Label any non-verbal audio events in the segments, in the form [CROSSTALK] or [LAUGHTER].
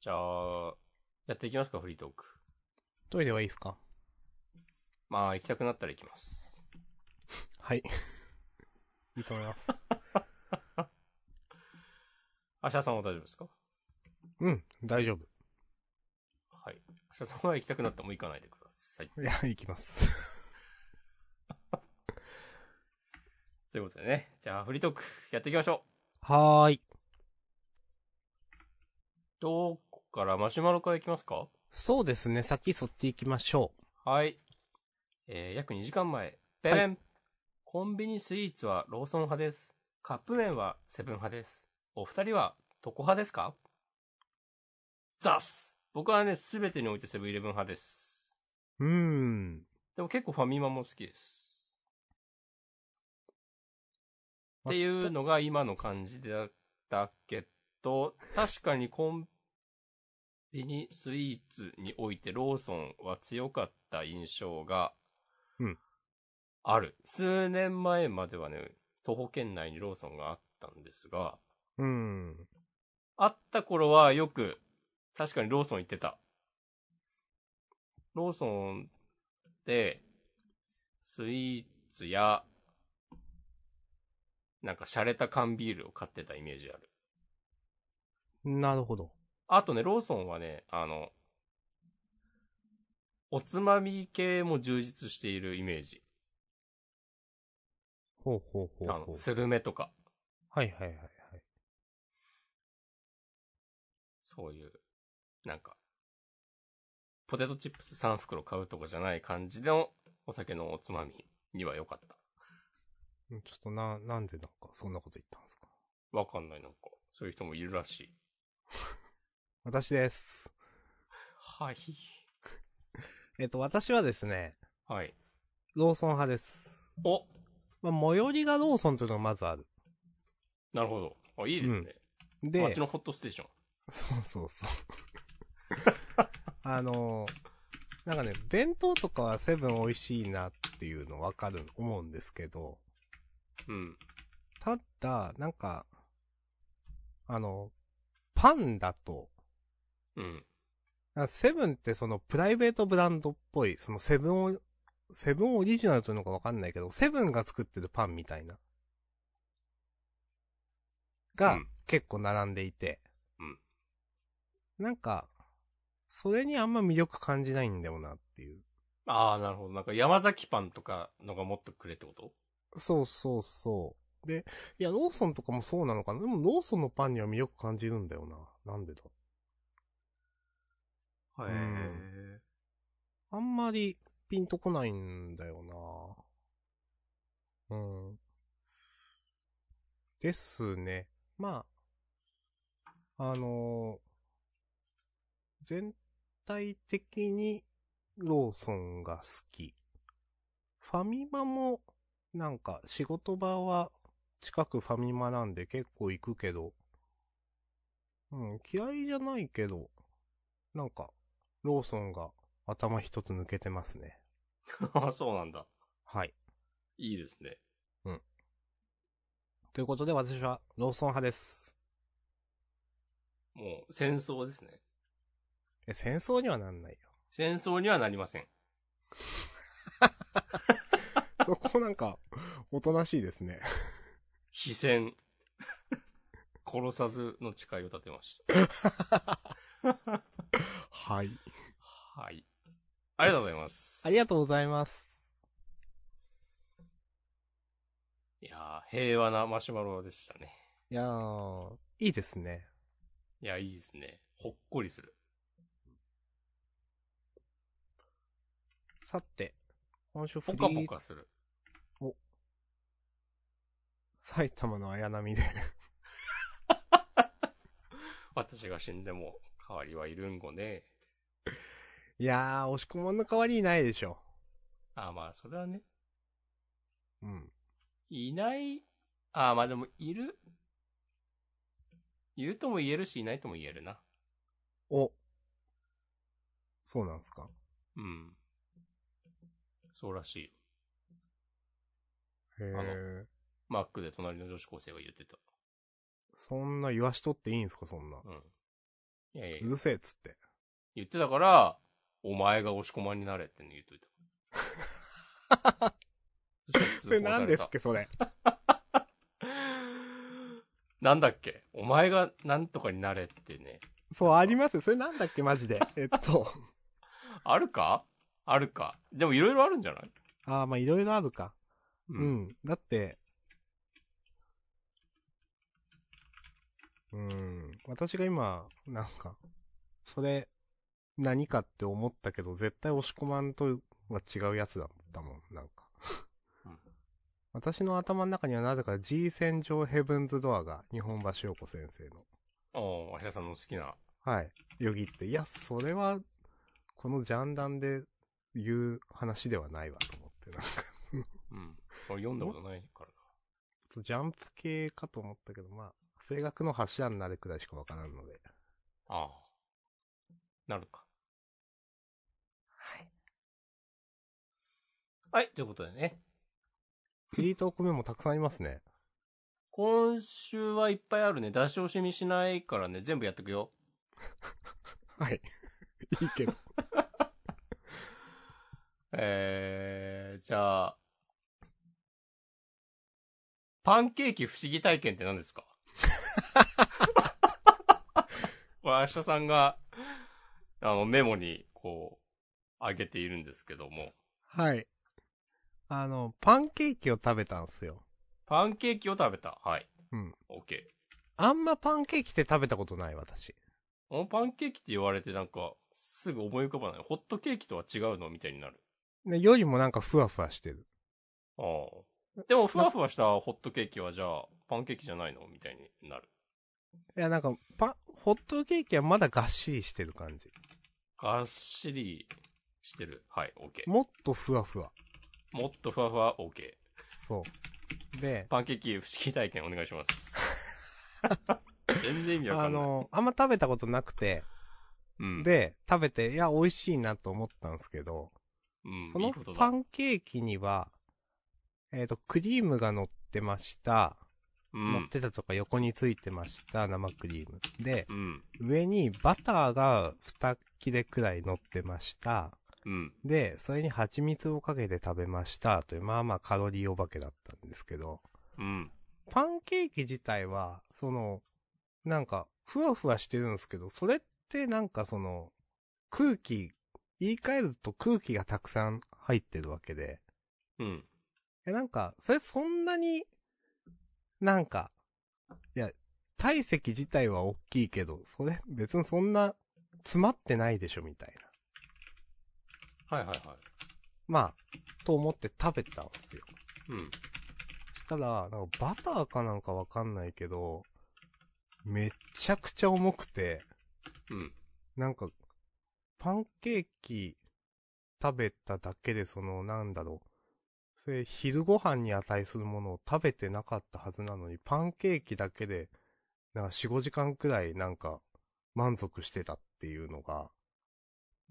じゃあ、やっていきますか、フリートーク。トイレはいいですかまあ、行きたくなったら行きます。はい。 [LAUGHS] いいと思います。アシャさんは大丈夫ですかうん、大丈夫。はい。アシャさんは行きたくなっても行かないでください。いや、行きます。ということでね、じゃあフリートーク、やっていきましょう。はーい。どこから、マシュマロから行きますかそうですね、先そっち行きましょはい。えー、約2時間前。ベレン、コンビニスイーツはローソン派です。カップ麺はセブン派です。お二人は、どこ派ですかザッス僕はね、すべてにおいてセブンイレブン派です。う。うーん。でも結構ファミマも好きです。っていうのが今の感じだったけど、確かにコンビニスイーツにおいてローソンは強かった印象が、うんある。数年前まではね、徒歩圏内にローソンがあったんですが、うーん。あった頃はよく、確かにローソン行ってた。ローソンで、スイーツや、なんか洒落た缶ビールを買ってたイメージある。なるほど。あとね、ローソンはね、あの、おつまみ系も充実しているイメージ。ほうほうほあうほの、う。スルメとか、はいはいはいはい。そういう、なんか、ポテトチップス3袋買うとかじゃない感じのお酒のおつまみには良かった。うんちょっとな、なんでなんかそんなこと言ったんですかわかんない、なんか。そういう人もいるらしい。私です。はい。えっと、私はですね、はい。ローソン派です。おまあ、最寄りがローソンというのがまずある。なるほど。あ、いいですね。で、街のホットステーション。そうそうそう。あのー、なんかね、弁当とかはセブン美味しいなっていうのわかる、思うんですけど、うん。ただ、なんか、あの、パンだと、うん。なんかセブンってそのプライベートブランドっぽい、そのセブンを、セブンオリジナルというのかわかんないけど、セブンが作ってるパンみたいな。が、うん結構並んでいて。うんなんか、それにあんま魅力感じないんだよなっていう。ああ、なるほど。なんか山崎パンとかのがもっとくれってことそうそうそう。で、いや、ローソンとかもそうなのかなでもローソンのパンには魅力感じるんだよな。なんでだへうえん。あんまりピンとこないんだよなうん。ですね。まあ、あのー全体的にローソンが好き。ファミマも、なんか仕事場は近くファミマなんで結構行くけど、うん、嫌いじゃないけど、なんか、ローソンが頭一つ抜けてますね。ああ、そうなん [LAUGHS] だ。はい。いいですね。ということで私はローソン派です。もう、戦争ですね。え、戦争にはなんないよ。 [LAUGHS] 戦争にはなりません。そこなんか、おとなしいですね。非戦。殺さずの誓いを立てまし [LAUGHS] はい。た。はい。ありがとうございます。ありがとうございます。いやー平和なマシュマロでしたね。いやー、いいですね。いや、いいですね。ほっこりする。さて、今週フぽリかぽーかする。埼玉の綾波で [LAUGHS] 私が死んでも代わりはいるんごね。いやー、押し込まんの代わりいないでしょ。あまあ、それはね。うん。いない。あまあでも、いる。いるとも言えるし、いないとも言えるな。お。そうなんですか。うん。そうらしいよ。へあー。マックで隣の女子高生が言ってた。そんな言わしとっていいんですか、そんな。うん。いやいやう、るせえっつって。言ってたから、お前が押し込まんになれってね、言っといた。 [LAUGHS] それ何ですっけけ、それ。なんだっけお前がなんとかになれってね。そう、ありますよ。それなんだっけ、マジ [LAUGHS] で。えっと、あるかあるか。でもいろいろあるんじゃないああ、まあ、いろいろあるか。うう。ん。だって、うん。私が今、なんか、それ、何かって思ったけど、絶対押し込まんとは違うやつだったもん、なんかうん。私の頭の中にはなぜか G 戦場ヘブンズドアが日本橋陽子先生の、おう、芦田さんの好きな。はい、よぎって、いや、それは、このジャンダンで言う話ではないわと思って、なんかうん。俺読んだことないからな。ちょっとジャンプ系かと思ったけど、まあ、声楽の柱になるくらいしかわからんので。ああ。なるか。はい。はい、ということでね。フリートークメモたくさんありますね。今週はいっぱいあるね。出し惜しみしないからね、全部やってくよ。はい。いいけど。えー、じゃあ、パンケーキ不思議体験って何 [LAUGHS] ですかこれ、明日さんが、あの、メモに、こう、あげているんですけども、はい。あの、パンケーキを食べたんすよ。パンケーキを食べた。はい。うん。オッケー。あんまパンケーキって食べたことない、私。このパンケーキって言われてなんか、すぐ思い浮かばない。ホットケーキとは違うのみたいになる。ね、よりもなんかふわふわしてる。ああ。でも、ふわふわしたホットケーキはじゃあ、パンケーキじゃないのみたいになる。いや、なんか、パン、ホットケーキはまだがっしりしてる感じ。がっしりしてる。はい、オッケー。もっとふわふわ。もっとふわふわ OK。そう。で、パンケーキ不思議体験お願いし [LAUGHS] ます。全然意味わあかんない。の、あんま食べたことなくて、うん、で、食べて、いや、美味しいなと思ったんですけど、うん、そいのいことだパンケーキには、えっ、と、クリームが乗ってました。う乗っん、てたとか横についてました、生クリーム。で、うん、上にバターが2切れくらい乗ってました。うん、で、それに蜂蜜をかけて食べました。という、まあまあカロリーお化けだったんですけど、うん、パンケーキ自体は、その、なんか、ふわふわしてるんですけど、それってなんかその、空気、言い換えると空気がたくさん入ってるわけで、うん、え、なんか、それそんなに、なんか、いや、体積自体は大きいけど、それ別にそんな詰まってないでしょ、みたいな。はいはいはい。まあ、と思って食べたんですよ。うん、したら、なんかバターかなんかわかんないけど、めちゃくちゃ重くて、うん、なんか、パンケーキ食べただけで、その、なんだろう。それ、昼ご飯に値するものを食べてなかったはずなのに、パンケーキだけで、なんか4、5時間くらい、なんか、満足してたっていうのが、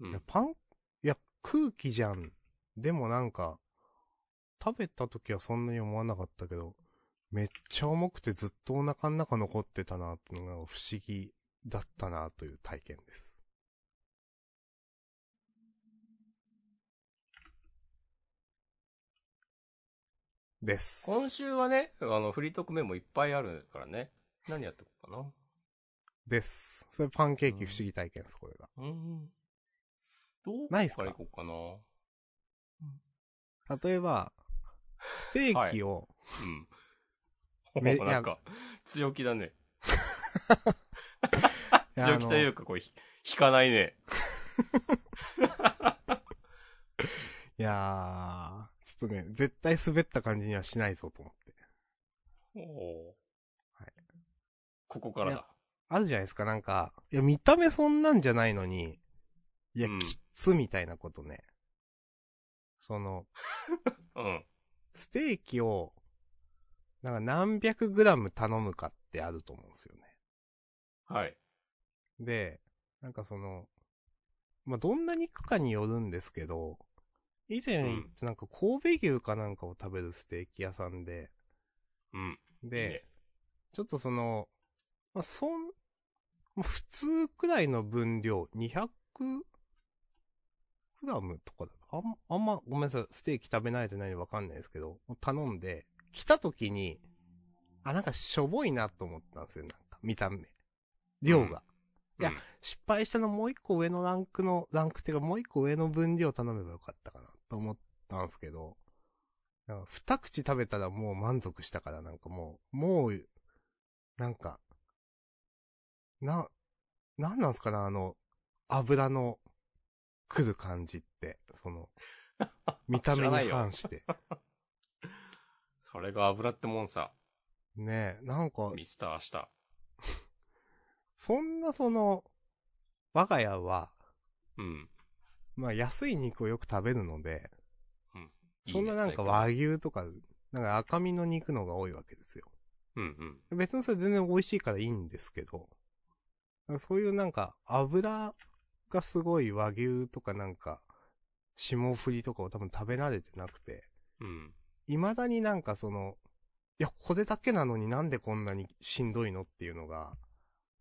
ういやん、パン、いや、空気じゃん。でもなんか、食べた時はそんなに思わなかったけど、めっちゃ重くてずっとお腹の中残ってたなっていうのが不思議だったなという体験です。です。今週はね、あの、フリートークメモいっぱいあるからね。何やってこうかです。それパンケーキ不思議体験です、これが。な。うん。どうないっすかから行こうかな。[LAUGHS] 例えば、ステーキを、うん。[LAUGHS] めなんか、強気だね。いや強気というか、こう、ひ引かないね。いやー、ちょっとね、絶対滑った感じにはしないぞと思って。おお。はいここからいだや。あるじゃないですか、なんか、いや、見た目そんなんじゃないのに、いや、うんきっつみたいなことね。その、うん。ステーキを、なんか何百グラム頼むかってあると思うんですよね。はい。で、なんかその、まあ、どんな肉かによるんですけど、以前行ってなんか神戸牛かなんかを食べるステーキ屋さんで、うん。で、ちょっとその、まあ、そん、まあ普通くらいの分量、200グラムとかだ。あん、あんま、ごめんなさい、ステーキ食べ慣れてないんでわかんないですけど、頼んで、来た時に、あ、なんかしょぼいなと思ったんですよ、なんか、見た目。量が。いやうん失敗したのもう一個上のランクの、ランクっていうかもう一個上の分量頼めばよかったかなと思ったんですけど、なんか二口食べたらもう満足したからなんかもう、もう、なんか、な、なんなんすかなあの、油の来る感じって、その、見た目知らなにいよ反して。それが油ってもんさ。ねえ、なんか、ミスター明日。そんなその、我が家は、うん。まあ安い肉をよく食べるので、いいねそんななんか和。牛とか、なんか赤身の肉のが多いわけですよ。最高うん別にそれ全然美味しいからいいんですけど、そういうなんか油がすごい和牛とかなんか、霜降りとかを多分食べ慣れてなくて、うん。うん。未だになんかその、いや、これだけなのになんでこんなにしんどいのっていうのが、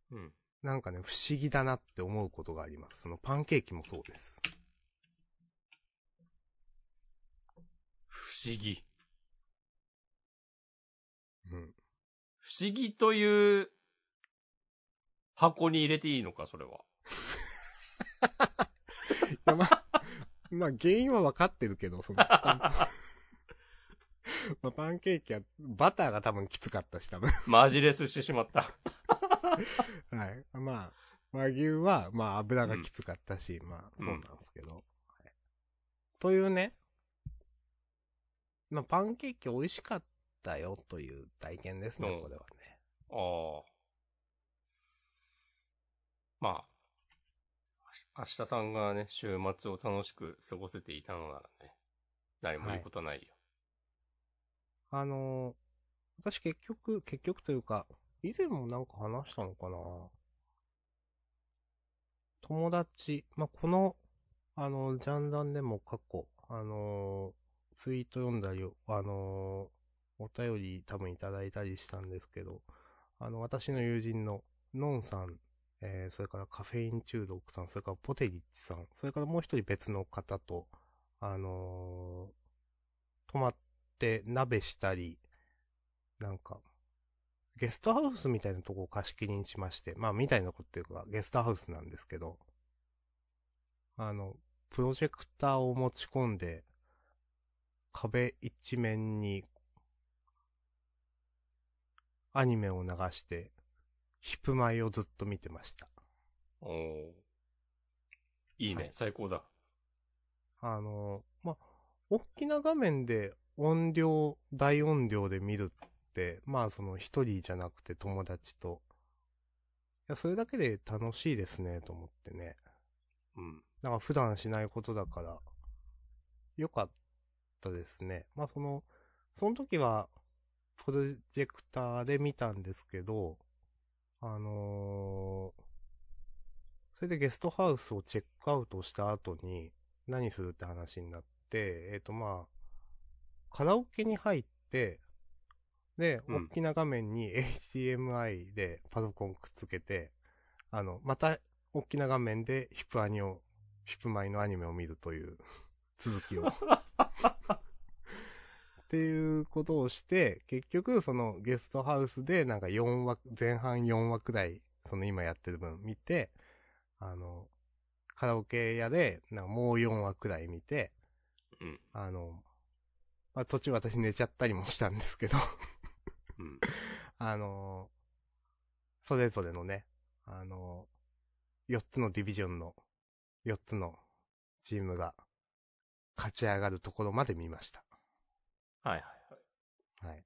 うん。なんかね、不思議だなって思うことがあります。そのパンケーキもそうです。不思議。うん。不思議という箱に入れていいのか、それは。いや、まあ、まあ、原因は分かってるけど、その、 [LAUGHS] パンまあ、パンケーキは、バターが多分きつかったし、多分。マジレスしてしまった。はい。まあ、和牛は、まあ、油がきつかったし、まあ、そうなんですけど。はいというね、まあ、パンケーキ美味しかったよという体験ですね、うんこれはね。ああ。まあ、あし明日さんがね、週末を楽しく過ごせていたのならね、何も言うことないよ。あのー私結局、結局というか、以前もなんか話したのかな友達、まあ、この、あの、ジャンダンでも過去、あのーツイート読んだり、あのーお便り多分いただいたりしたんですけど、あの、私の友人の、ノンさん、えー、それからカフェイン中毒さん、それからポテリッチさん、それからもう一人別の方と、あのー泊まって鍋したり、なんか、ゲストハウスみたいなとこを貸し切りにしまして、まあ、みたいなことっていうか、ゲストハウスなんですけど、あの、プロジェクターを持ち込んで、壁一面に、アニメを流して、ヒップマイをずっと見てました。おおーいいね、はい最高だ。あの、まあ、大きな画面で音量、大音量で見るって、まあその一人じゃなくて友達と、いや、それだけで楽しいですね、と思ってね。うん。なんか普段しないことだから、良かったですね。まあその、その時は、プロジェクターで見たんですけど、あのーそれでゲストハウスをチェックアウトした後に、何するって話になって、えっ、とまあ、カラオケに入って、で、うん大きな画面に HDMI でパソコンくっつけて、あの、また大きな画面でヒップアニを、ヒップマイのアニメを見るという [LAUGHS] 続きを。っていうことをして、結局そのゲストハウスでなんか4話、前半4話くらい、その今やってる分見て、あの、カラオケ屋で、なんかもう4話くらい見て、うんあの、まあ、途中私寝ちゃったりもしたんですけど、うん。あのーそれぞれのね、あのー、4つのディビジョンの、4つのチームが、勝ち上がるところまで見ました。はいはいはい。はい。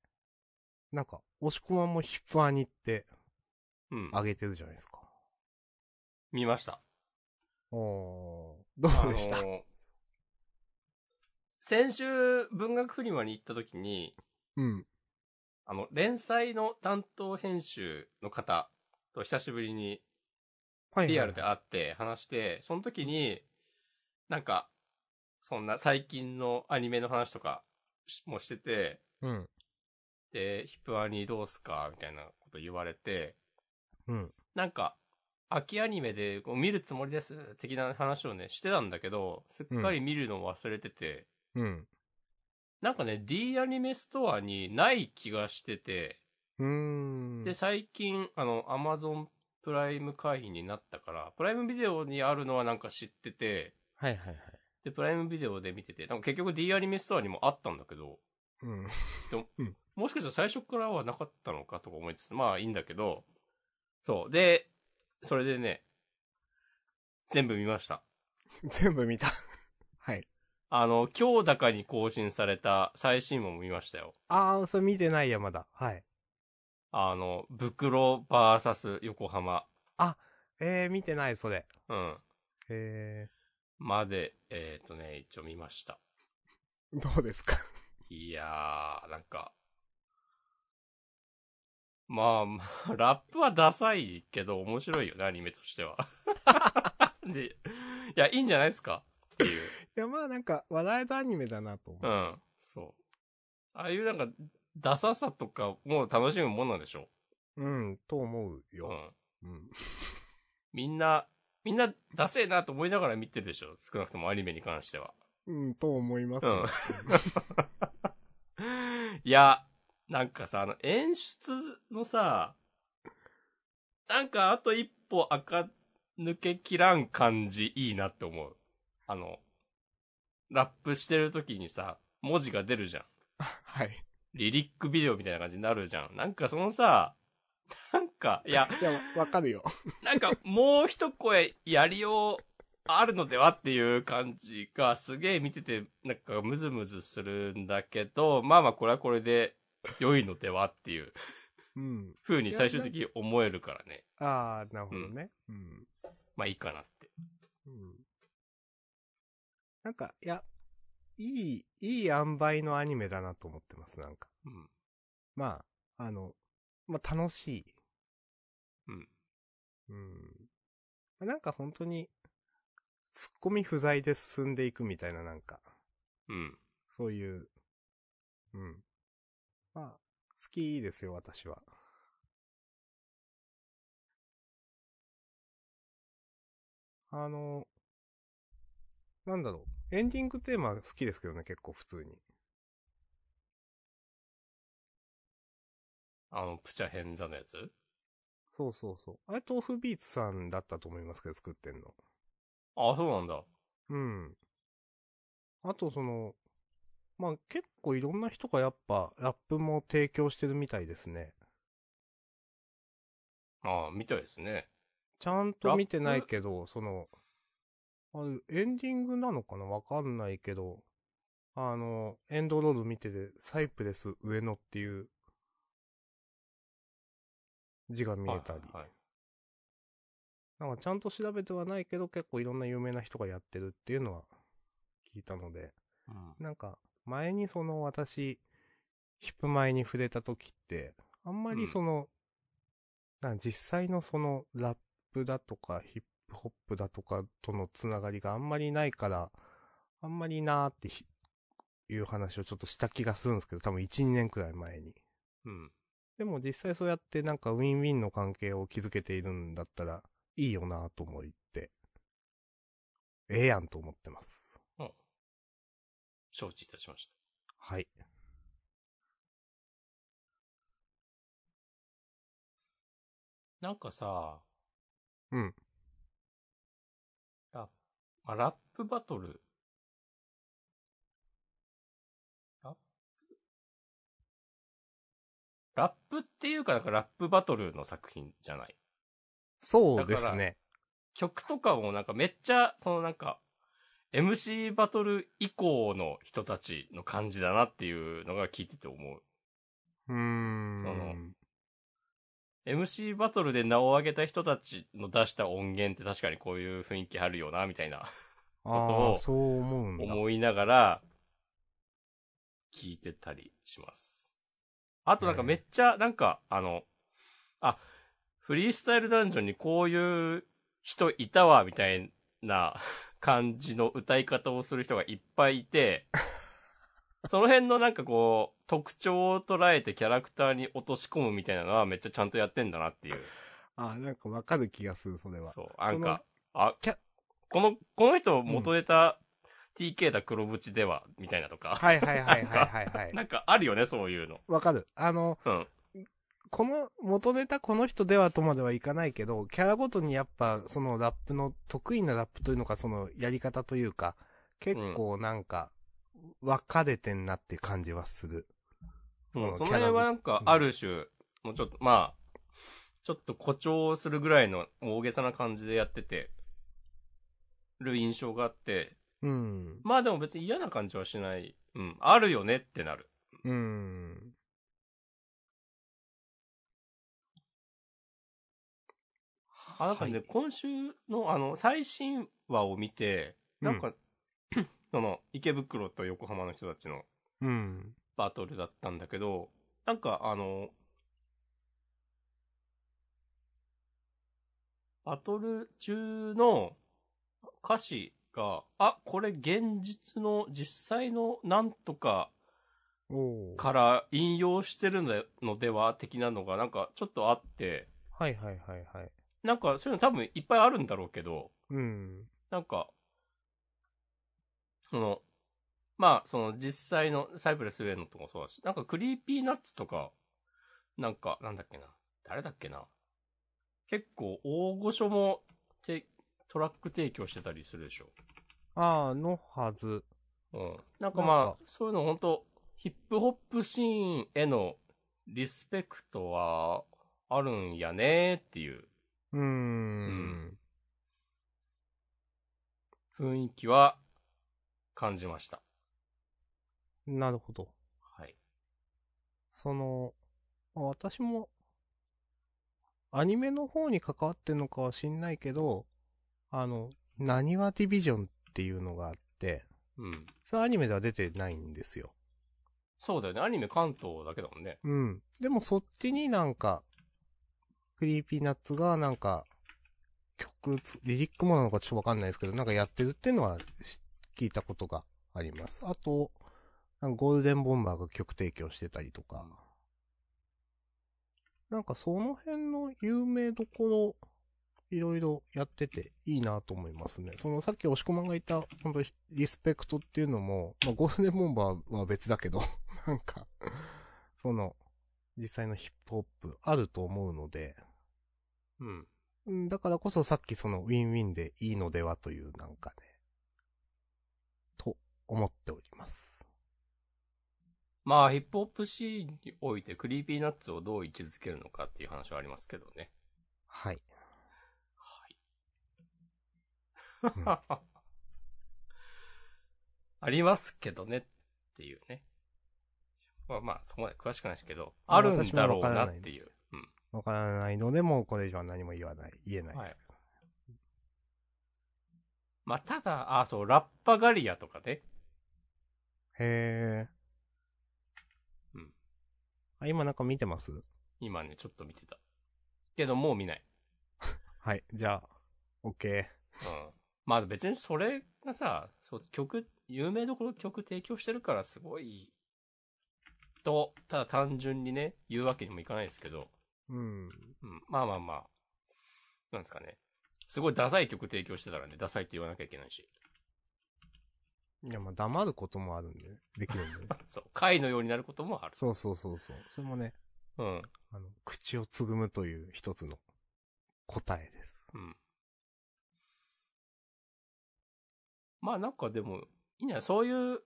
なんか、押し込まんもヒップアニってうん。上げてるじゃないですか。見ました。おー、どうでした、あのー先週、文学フリマに行った時に、うん。あの、連載の担当編集の方と久しぶりにはいはい、リアルで会って話して、その時に、なんか、そんな最近のアニメの話とかしもしてて、うん。で、ヒップアニどうすかみたいなこと言われて、うん。なんか、秋アニメでこう見るつもりです、的な話をね、してたんだけど、すっかり見るのを忘れてて、うん。なんかね、D アニメストアにない気がしてて、うーん。で、最近、あの、アマゾンプライム会員になったから、プライムビデオにあるのはなんか知ってて、はいはいはい。で、プライムビデオで見てて、なんか結局 D アニメストアにもあったんだけど、うん。 [LAUGHS] もしかしたら最初からはなかったのかとか思いつつ、まあいいんだけど、そう。で、それでね、全部見ました。全部見た。 [LAUGHS] はい。あの、今日高に更新された最新話も見ましたよ。ああ、それ見てないや、まだ。はい。あの、袋 VS 横浜。えー、見てない、それ。うん。えまで、えっ、とね、一応見ました。ー、どうですかいやー、なんか。まあまあ、 [LAUGHS] ラップはダサいけど面白いよね、アニメとしては。 [LAUGHS] で、いや、いいんじゃないですかっていう。いや、まあなんか、笑えたアニメだなと思う。うん。そう。ああいうなんか、ダサさとかもう楽しむもんなんでしょうん、と思ううよ。ん。うん。みんな、みんなダセえなと思いながら見てるでしょ少なくともアニメに関しては。うん、と思います。うん。いや、なんかさ、あの、演出のさ、なんかあと一歩赤抜けきらん感じいいなって思う。あの、ラップしてる時にさ、文字が出るじゃん。 [LAUGHS] はい。リリックビデオみたいな感じになるじゃん。なんかそのさ、なんか、いや、いや、わかるよ。なんかもう一声やりようあるのではっていう感じがすげえ見てて、なんかムズムズするんだけど、まあまあこれはこれで良いのではっていううん。風に最終的に思えるからね。ああ、なるほどね。うん。まあいいかなって。うん。なんか、いや、いい、いい塩梅のアニメだなと思ってます、なんか。うん。まあ、あの、まあ、楽しい。うん。うん。なんか本当に、ツッコミ不在で進んでいくみたいな、なんか、うん。そういう、うん。まあ、好きですよ、私は。あの、なんだろう。エンディングテーマ好きですけどね、結構普通に。あの、プチャ変座のやつそうそうそう。あれ、豆腐ビーツさんだったと思いますけど、作ってんの。ああ、そうなんだ。うん。あとその、まあ、結構いろんな人がやっぱ、ラップも提供してるみたいですね。ああ、みたいですね。ちゃんと見てないけど、その、あれ、エンディングなのかなわかんないけど、あの、エンドロール見てて、サイプレス上野っていう字が見えたはり。いはいはいなんかちゃんと調べてはないけど、結構いろんな有名な人がやってるっていうのは聞いたので、うんなんか、前にその私、ヒップ前に触れた時って、あんまりその、なんか実際のそのラップだとかヒップホップだとかとのつながりがあんまりないから、あんまりなーってひいう話をちょっとした気がするんですけど、多分1、2年くらい前に。うん。でも実際そうやってなんかウィンウィンの関係を築けているんだったらいいよなと思って、ええやんと思ってます。承知いたしました。はい。なんかさ、うん。ラップ、まあ、ラップバトル。ラップラップっていうか、なんかラップバトルの作品じゃない。そうですね。曲とかもなんかめっちゃ、そのなんか、MC バトル以降の人たちの感じだなっていうのが聞いてて思う。うーん。その MC バトルで名を上げた人たちの出した音源って確かにこういう雰囲気あるよな、みたいな。あこあ、とそう思うんだ。思いながら、聞いてたりします。あとなんかめっちゃ、なんか、あの、あ、フリースタイルダンジョンにこういう人いたわ、みたいな感じの歌い方をする人がいっぱいい [LAUGHS] て、その辺のなんかこう、特徴を捉えてキャラクターに落とし込むみたいなのはめっちゃちゃんとやってんだなっていう。あ、なんかわかる気がする、それは。そう、なんそのか、あ、キャこの、この人を元ネタ、TK だ黒縁では、みたいなとか。はいはいはいはいはいはい。なんかあるよね、そういうの。わかる。あの、うん。この、元ネタこの人ではとまではいかないけど、キャラごとにやっぱ、そのラップの、得意なラップというのか、そのやり方というか、結構なんか、分かれてんなって感じはする。うん、そキのャラ辺はなんかう、んある種、もうちょっと、まあ、ちょっと誇張するぐらいの大げさな感じでやってて、る印象があって、うん。まあでも別に嫌な感じはしない。うん、あるよねってなる。うん。あ、なんかね、はい今週のあの、最新話を見て、なんか、 [CLEARS THROAT] その、池袋と横浜の人たちのうん。バトルだったんだけど、なんかあの、バトル中の歌詞が、あ、これ現実の実際のなんとかおーから引用してるのでは的なのがなんかちょっとあって、はいはいはいはい。なんかそういうの多分いっぱいあるんだろうけど、うん。なんか、その、まあ、その実際のサイプレスウェイのとこもそうだし、なんかクリーピーナッツとか、なんか、なんだっけな、誰だっけな。結構大御所もてトラック提供してたりするでしょ。ああ、のはず。うん。なんかなんまかあ、そういうの本当ヒップホップシーンへのリスペクトはあるんやねっていううーうんん。雰囲気は感じました。なるほど。はい。その、まあ私も、アニメの方に関わってんのかは知んないけど、あの、なにわディビジョンっていうのがあって、うん。それアニメでは出てないんですよ。そうだよね。アニメ関東だけだもんね。うん。でもそっちになんか、クリーピーナッツがなんか、曲つ、リリックもなのかちょっとわかんないですけど、なんかやってるっていうのはし聞いたことがあります。あと、なんかゴールデンボンバーが曲提供してたりとか。なんかその辺の有名どころ、いろいろやってていいなと思いますね。そのさっき押し込まんが言った、本当にリスペクトっていうのも、まあゴールデンボンバーは別だけど、 [LAUGHS] なんか、その、実際のヒップホップあると思うので、うん。うんだからこそさっきそのウィンウィンでいいのではというなんかね、と思っております。まあ、ヒップホップシーンにおいて、クリーピーナッツをどう位置づけるのかっていう話はありますけどね。はい。 [LAUGHS] ありますけどねっていうね。まあ、まあ、そこまで詳しくないですけど、あるんだろうなっていう。うん。わからないので、もうこれ以上は何も言わない、言えないですけど。まあ、ただ、あ、そう、ラッパガリアとかね。へー。うんあ、今なんか見てます今ね、ちょっと見てた。けど、もう見ない。はい、じゃあ、OK。うん。まあ、別にそれがさ、そう、曲、有名どころ曲提供してるからすごい、と、ただ単純にね、言うわけにもいかないですけど、うん。うん、まあまあまあ。なんですかね。すごいダサい曲提供してたらね、ダサいって言わなきゃいけないし。いや、まあ黙ることもあるんで、できるんでね。 [LAUGHS] そう。回のようになることもある。そうそうそうそう。それもね、うん。あの、口をつぐむという一つの答えです。うん。まあなんかでも、いいんじゃないそういう、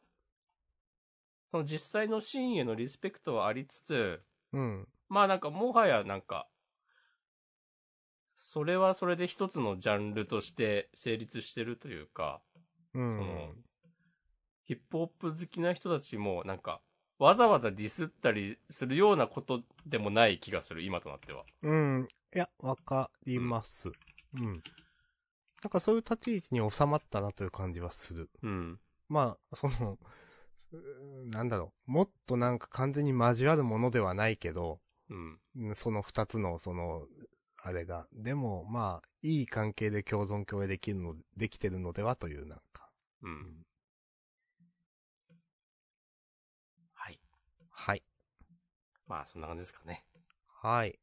その実際のシーンへのリスペクトはありつつ、うん。まあなんかもはやなんか、それはそれで一つのジャンルとして成立してるというか、うそんの。、ヒップホップ好きな人たちも、なんか、わざわざディスったりするようなことでもない気がする、今となっては。うん。いや、わかります。うん。なんかそういう立ち位置に収まったなという感じはする。うん。まあ、その、 [LAUGHS] うーんなんだろう。もっとなんか完全に交わるものではないけど、うん。うんその二つの、その、あれが。でも、まあ、いい関係で共存共栄できるの、できてるのではという、なんか。うん。はい。はい。まあ、そんな感じですかね。はい。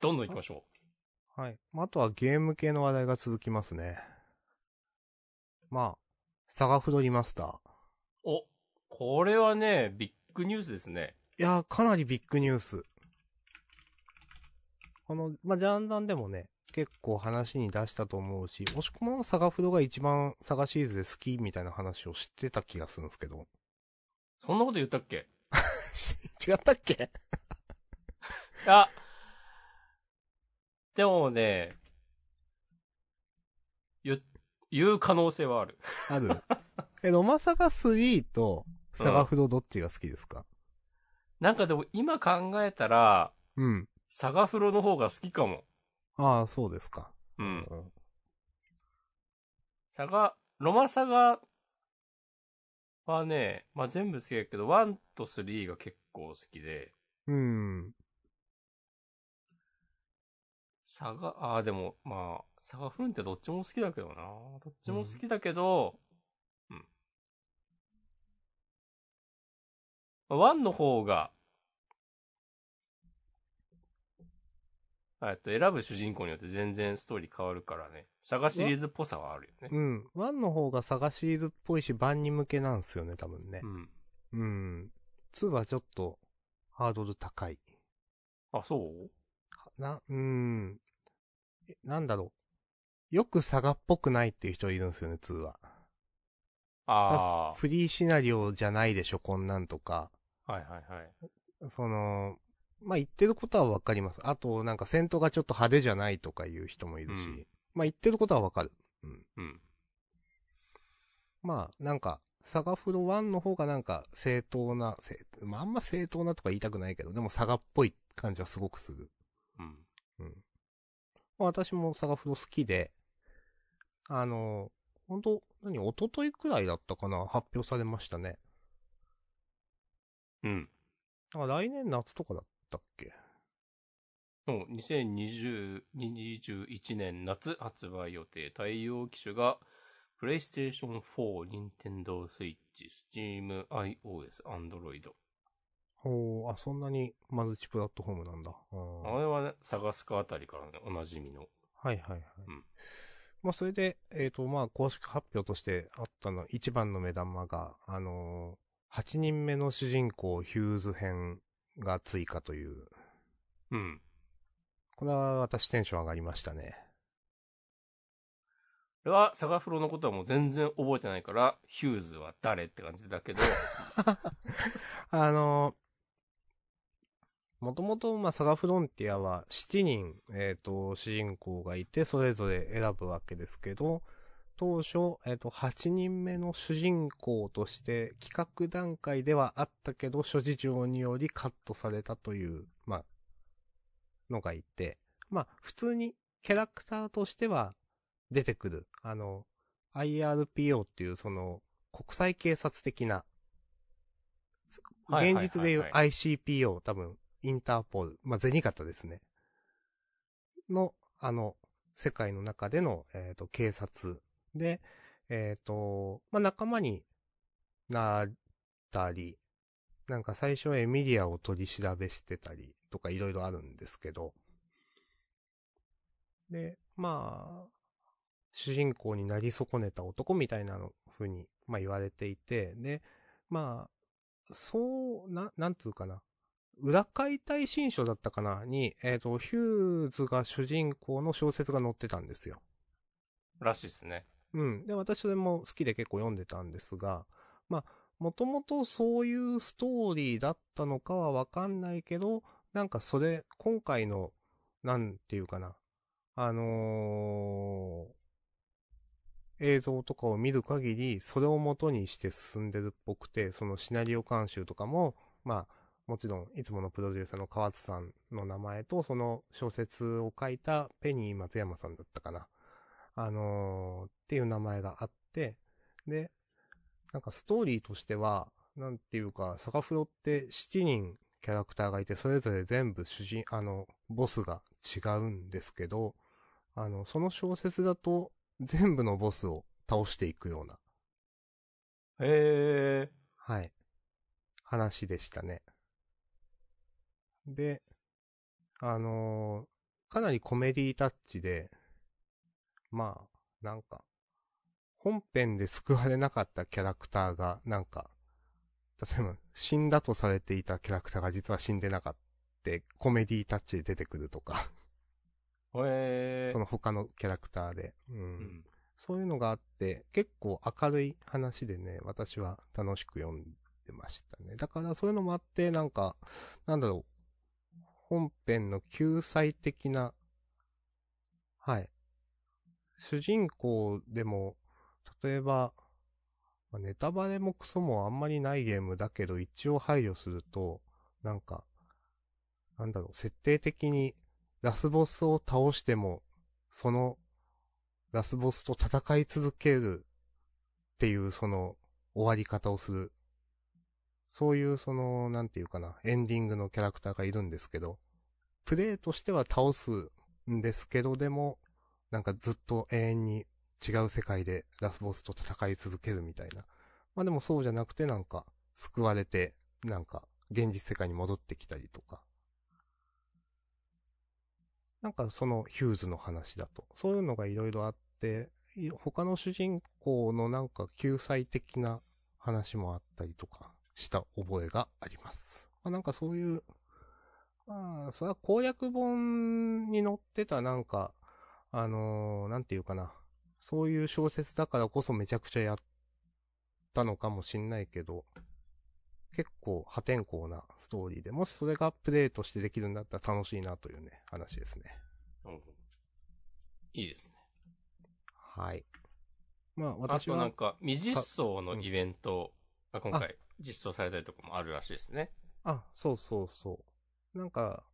どんどん行きましょはい。まあ、あとはゲーム系の話題が続きますね。まあ、サガフドリマスター。う。お、これはね、ビッグニュースですね。いやー、かなりビッグニュース。この、まあ、ジャンダンでもね、結構話に出したと思うし、もしくもサガフドが一番サガシリーズで好きみたいな話を知ってた気がするんですけど。 [LAUGHS] そんなこと言ったっけ違ったっけ [LAUGHS] あでもね、言、言う可能性はある。ある。 [LAUGHS] え、ロマサガ3とサガフドどっちが好きですかなんかでも今考えたら、うん。サガフロの方が好きかも。ああ、そうですか。う。うんサガ、ロマサガはね、まあ、全部好きだけど、1と3が結構好きで、うん。サガ、ああ、でも、まあ、サガフンってどっちも好きだけどな。どっちも好きだけど、うん。まあ1の方が、えっと、選ぶ主人公によって全然ストーリー変わるからね。サガシリーズっぽさはあるよね。うん。1の方がサガシリーズっぽいし、万人向けなんですよね、多分ねう。ん。うん。2はちょっと、ハードル高い。あ、そうな、うーん。えなんだろう。よくサガっぽくないっていう人いるんですよね、2は。あフリーシナリオじゃないでしょ、こんなんとか。あ。はいはいはい。その、まあ、言ってることはわかります。あと、なんか戦闘がちょっと派手じゃないとかいう人もいるし。うんまあ、言ってることはわかる。うん。まあ、なんか、サガフロ1の方がなんか正当な、正まあ、あんま正当なとか言いたくないけど、でもサガっぽい感じはすごくする。うん。まあ、私もサガフロ好きで、あの、本当何、一昨日くらいだったかな、発表されましたね。うん。あ、来年夏とかだったっけそう、2020 2021年夏発売予定。対応機種が、PlayStation 4、Nintendo Switch、Steam、iOS、Android。ほう、あ、そんなにマルチプラットフォームなんだ。うんあれはね、探すかあたりからね、おなじみの。はいはいはい。うんまあ、それで、えっ、と、まあ、公式発表としてあったの、一番の目玉が、あのー、8人目の主人公ヒューズ編が追加という。うん。これは私テンション上がりましたね。これは、サガフロのことはもう全然覚えてないから、ヒューズ [LAUGHS] は誰って感じだけど、あのー、もともと、まあ、サガフロンティアは7人、えっ、と、主人公がいて、それぞれ選ぶわけですけど、当初、えっ、と、8人目の主人公として企画段階ではあったけど、諸事情によりカットされたという、まあ、のがいて、まあ、普通にキャラクターとしては出てくる、あの、IRPO っていう、その、国際警察的な、はいはいはい現はい実でいう ICPO、多分、インターポール、まあ、ゼニガタですね。の、あの、世界の中での、えっ、と、警察で、えっ、と、まあ、仲間になったり、なんか最初はエミリアを取り調べしてたりとかいろいろあるんですけど、で、まあ、主人公になり損ねた男みたいなの風に、まあ言われていて、で、まあ、そう、な、なんつうかな。裏解体新書だったかなに、えっ、と、ヒューズが主人公の小説が載ってたんですよ。らしいですね。うん。で、私それも好きで結構読んでたんですが、まあ、もともとそういうストーリーだったのかはわかんないけど、なんかそれ、今回の、なんていうかな、あのー映像とかを見る限り、それを元にして進んでるっぽくて、そのシナリオ監修とかも、まあ、もちろん、いつものプロデューサーの河津さんの名前と、その小説を書いたペニー松山さんだったかな。あのーっていう名前があって、で、なんかストーリーとしては、なんていうか、サガフロって7人キャラクターがいて、それぞれ全部主人、あの、ボスが違うんですけど、あの、その小説だと、全部のボスを倒していくような、へえ。はい、話でしたね。で、あのかなりコメディタッチで、まあ、なんか、本編で救われなかったキャラクターが、なんか、例えば、死んだとされていたキャラクターが実は死んでなかった。コメディタッチで出てくるとか、へえ。その他のキャラクターで、うんうん。そういうのがあって、結構明るい話でね、私は楽しく読んでましたね。だからそういうのもあって、なんか、なんだろう、本編の救済的な、はい。主人公でも、例えば、まあネタバレもクソもあんまりないゲームだけど、一応配慮すると、なんか、なんだろう、設定的にラスボスを倒しても、そのラスボスと戦い続けるっていうその終わり方をする。そういうその、なんていうかな、エンディングのキャラクターがいるんですけど、プレイとしては倒すんですけど、でも、なんかずっと永遠に違う世界でラスボスと戦い続けるみたいな。まあでもそうじゃなくてなんか救われて、なんか現実世界に戻ってきたりとか。なんかそのヒューズの話だと。そういうのがいろいろあって、い他の主人公のなんか救済的な話もあったりとかした覚えがあります。まあ、なんかそういう、まあ、それは攻略本に載ってたなんか、あのーなんていうかな。そういう小説だからこそめちゃくちゃやったのかもしんないけど、結構破天荒なストーリーで、もしそれがプレイとしてできるんだったら楽しいなというね、話ですね。うんいいですね。はい。まああ私となはん、か、未実装のイベントが今あ回実装されたりとかもあるらしいですね。あ、そうそうそう。なんか、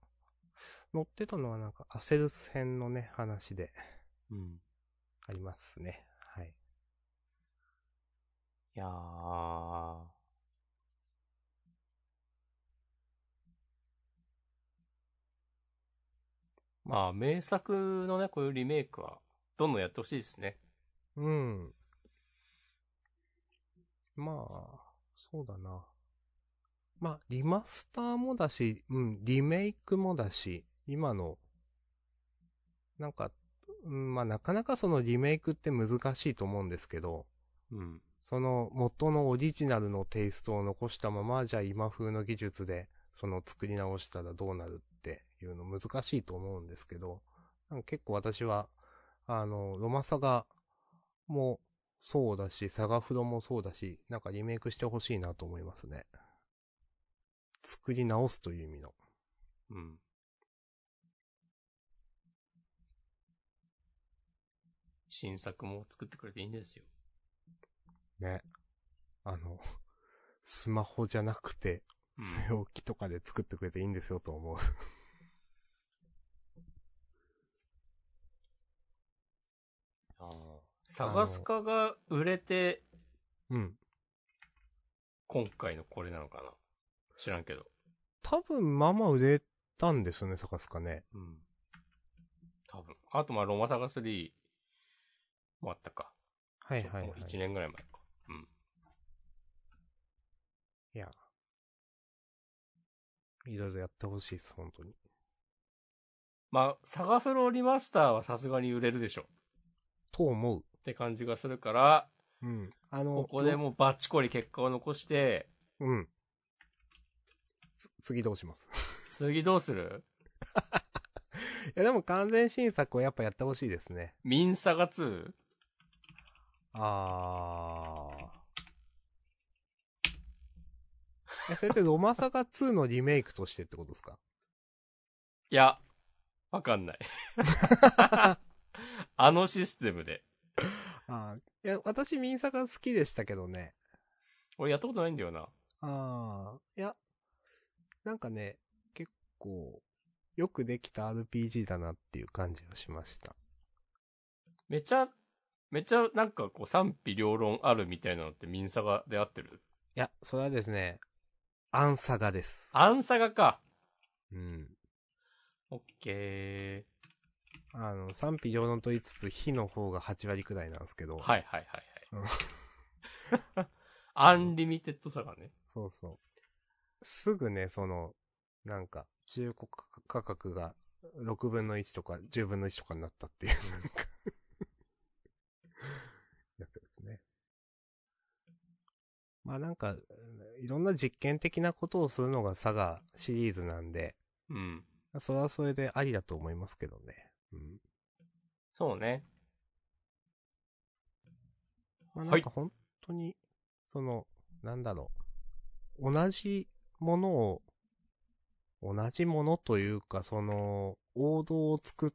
載ってたのはなんかアセルス編のね、話でうん。ありますね。はい。いやー。まあ、名作のね、こういうリメイクは、どんどんやってほしいですね。うん。まあ、そうだな。まあ、リマスターもだし、うん、リメイクもだし、今の、なんか、うん、まあなかなかそのリメイクって難しいと思うんですけど、うん。その元のオリジナルのテイストを残したまま、じゃあ今風の技術で、その作り直したらどうなるっていうの難しいと思うんですけど、なんか結構私は、あの、ロマサガもそうだし、サガフロもそうだし、なんかリメイクしてほしいなと思いますね。作り直すという意味の。うん。新作も作ってくれていいんですよ。ね。あの、スマホじゃなくて、うん [LAUGHS] 据え置きとかで作ってくれていいんですよと思う。探すかが売れて、うん。今回のこれなのかな知らんけど。多分、まあまあ売れたんですよね、サカスカね。うん。多分。あと、まあ、ロマサガ3もあったか。はもう1年ぐらい前か。うん。いや。いろいろやってほしいです、本当に。まあ、サガフロリマスターはさすがに売れるでしょ。と思う。って感じがするから、うん。あの、ここでう、もうバッチコリ結果を残して、うん。つ次どうします次どうするいや、でも完全新作をやっぱやってほしいですね。ミンサガ 2? あー。え、それってロマサガ2のリメイクとしてってことですかいや、わかんない。 [LAUGHS] あのシステムで。 [LAUGHS] あー。いや、私ミンサガ好きでしたけどね。俺やったことないんだよな。ああ、いや、なんかね、結構、よくできた RPG だなっていう感じはしました。めちゃ、めちゃなんかこう賛否両論あるみたいなのってミンサガで合ってるいや、それはですね、アンサガです。アンサガか。うん。オッケあの、賛否両論と言いつつ、火の方が8割くらいなんですけど、ー。はいはいはいはい。 [LAUGHS] アンリミテッドサガね。そうそう。すぐね、その、なんか、中古価格が6分の1とか10分の1とかになったっていう、なんか [LAUGHS] やつですね。まあなんか、いろんな実験的なことをするのが佐賀シリーズなんで、うん。それはそれでありだと思いますけどね。うん。そうね。まはあ、いなんか本当に、その、なんだろう。同じものを、同じものというか、その、王道を作っ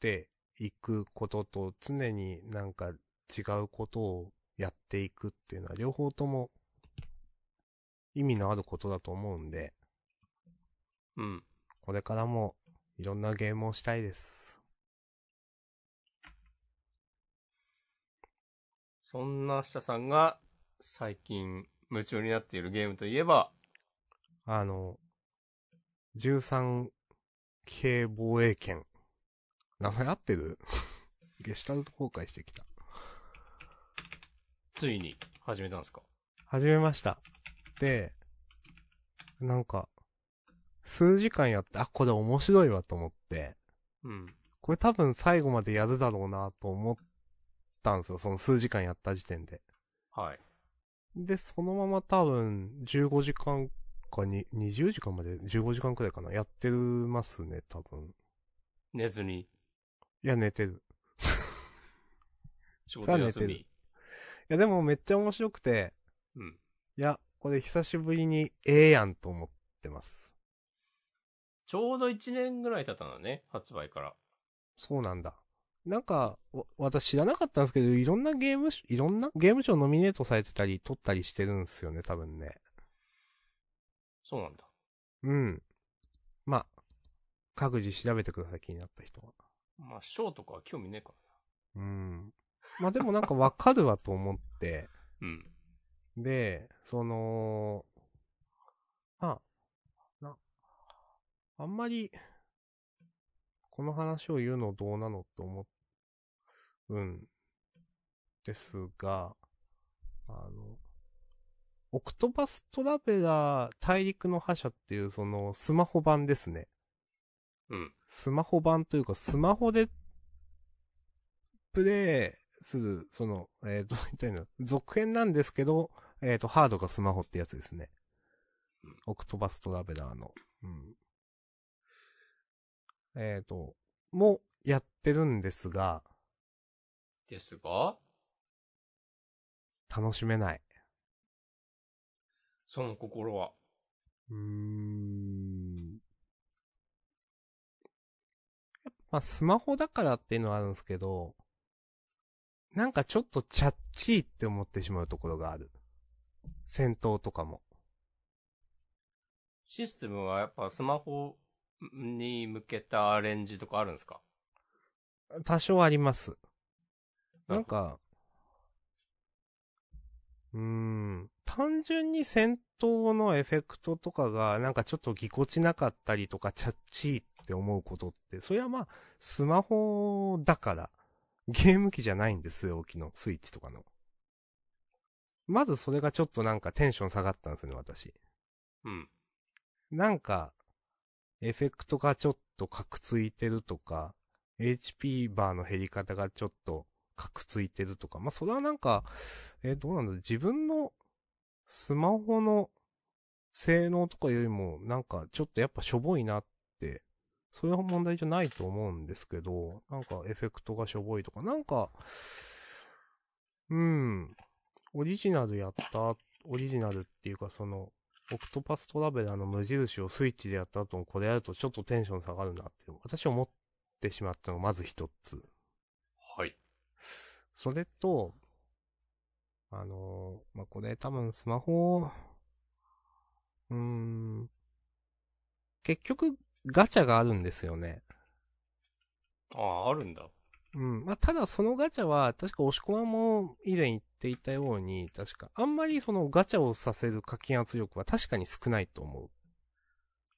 ていくことと、常になんか違うことをやっていくっていうのは、両方とも意味のあることだと思うんで、うん。これからもいろんなゲームをしたいです。そんな下さんが最近夢中になっているゲームといえば、あの、13系防衛圏。名前合ってる [LAUGHS] ゲシュタルト公開してきた。ついに始めたんですか始めました。で、なんか、数時間やって、あ、これ面白いわと思って、うん。これ多分最後までやるだろうなと思ったんですよ。その数時間やった時点で。はい。で、そのまま多分15時間かに、20時間まで15時間くらいかな。やってますね、多分。寝ずに、いや、寝てる。仕事休さあ寝み。いや、でもめっちゃ面白くて、うん。いや、これ久しぶりにええやんと思ってます。ちょうど1年ぐらい経ったのね、発売から。そうなんだ。なんか、わ私知らなかったんですけど、いろんなゲームし、いろんなゲーム賞ノミネートされてたり、取ったりしてるんですよね、多分ね。そうなんだ。うん。まあ、各自調べてください、気になった人は。まあ、ショーとかは興味ねえかうん。まあでもなんかわかるわと思って、ら。うん。で、その、まあ、な、あんまり、この話を言うのどうなのと思うんですが、あの、オクトパストラベラー大陸の覇者っていうそのスマホ版ですね。うん。スマホ版というか、スマホで、プレイする、その、えー、 [LAUGHS] どう言ったらいいの続編なんですけど、えっ、と、ハードがスマホってやつですね。オクトバストラベラーの。うん。えっ、と、もやってるんですが、ですが、楽しめない。その心は。うーん。まあ、スマホだからっていうのはあるんですけど、なんかちょっとチャッチーって思ってしまうところがある。戦闘とかも。システムはやっぱスマホに向けたアレンジとかあるんですか多少あります。ななるんほか、うーん、単純に戦闘のエフェクトとかが、なんかちょっとぎこちなかったりとか、チャッチーって思うことって、それはまあ、スマホだから、ゲーム機じゃないんですよ、置きの、スイッチとかの。まずそれがちょっとなんかテンション下がったんですよね、私。うん。なんか、エフェクトがちょっとカクついてるとか、HP バーの減り方がちょっとカクついてるとか、まあ、それはなんか、えーどうなんだろう自分のスマホの性能とかよりも、なんかちょっとやっぱしょぼいなって、それは問題じゃないと思うんですけど、なんかエフェクトがしょぼいとか、なんか、うん、オリジナルやった、オリジナルっていうかその、オクトパストラベラーの無印をスイッチでやった後もこれやるとちょっとテンション下がるなって、私思ってしまったのがまず一つ。はい。それと、あのーまあ、これ多分スマホを、うーん、結局ガチャがあるんですよね。ああ、あるんだ。うん。まあ、ただそのガチャは、確か押し込まんも以前言っていたように、確か、あんまりそのガチャをさせる課金圧力は確かに少ないと思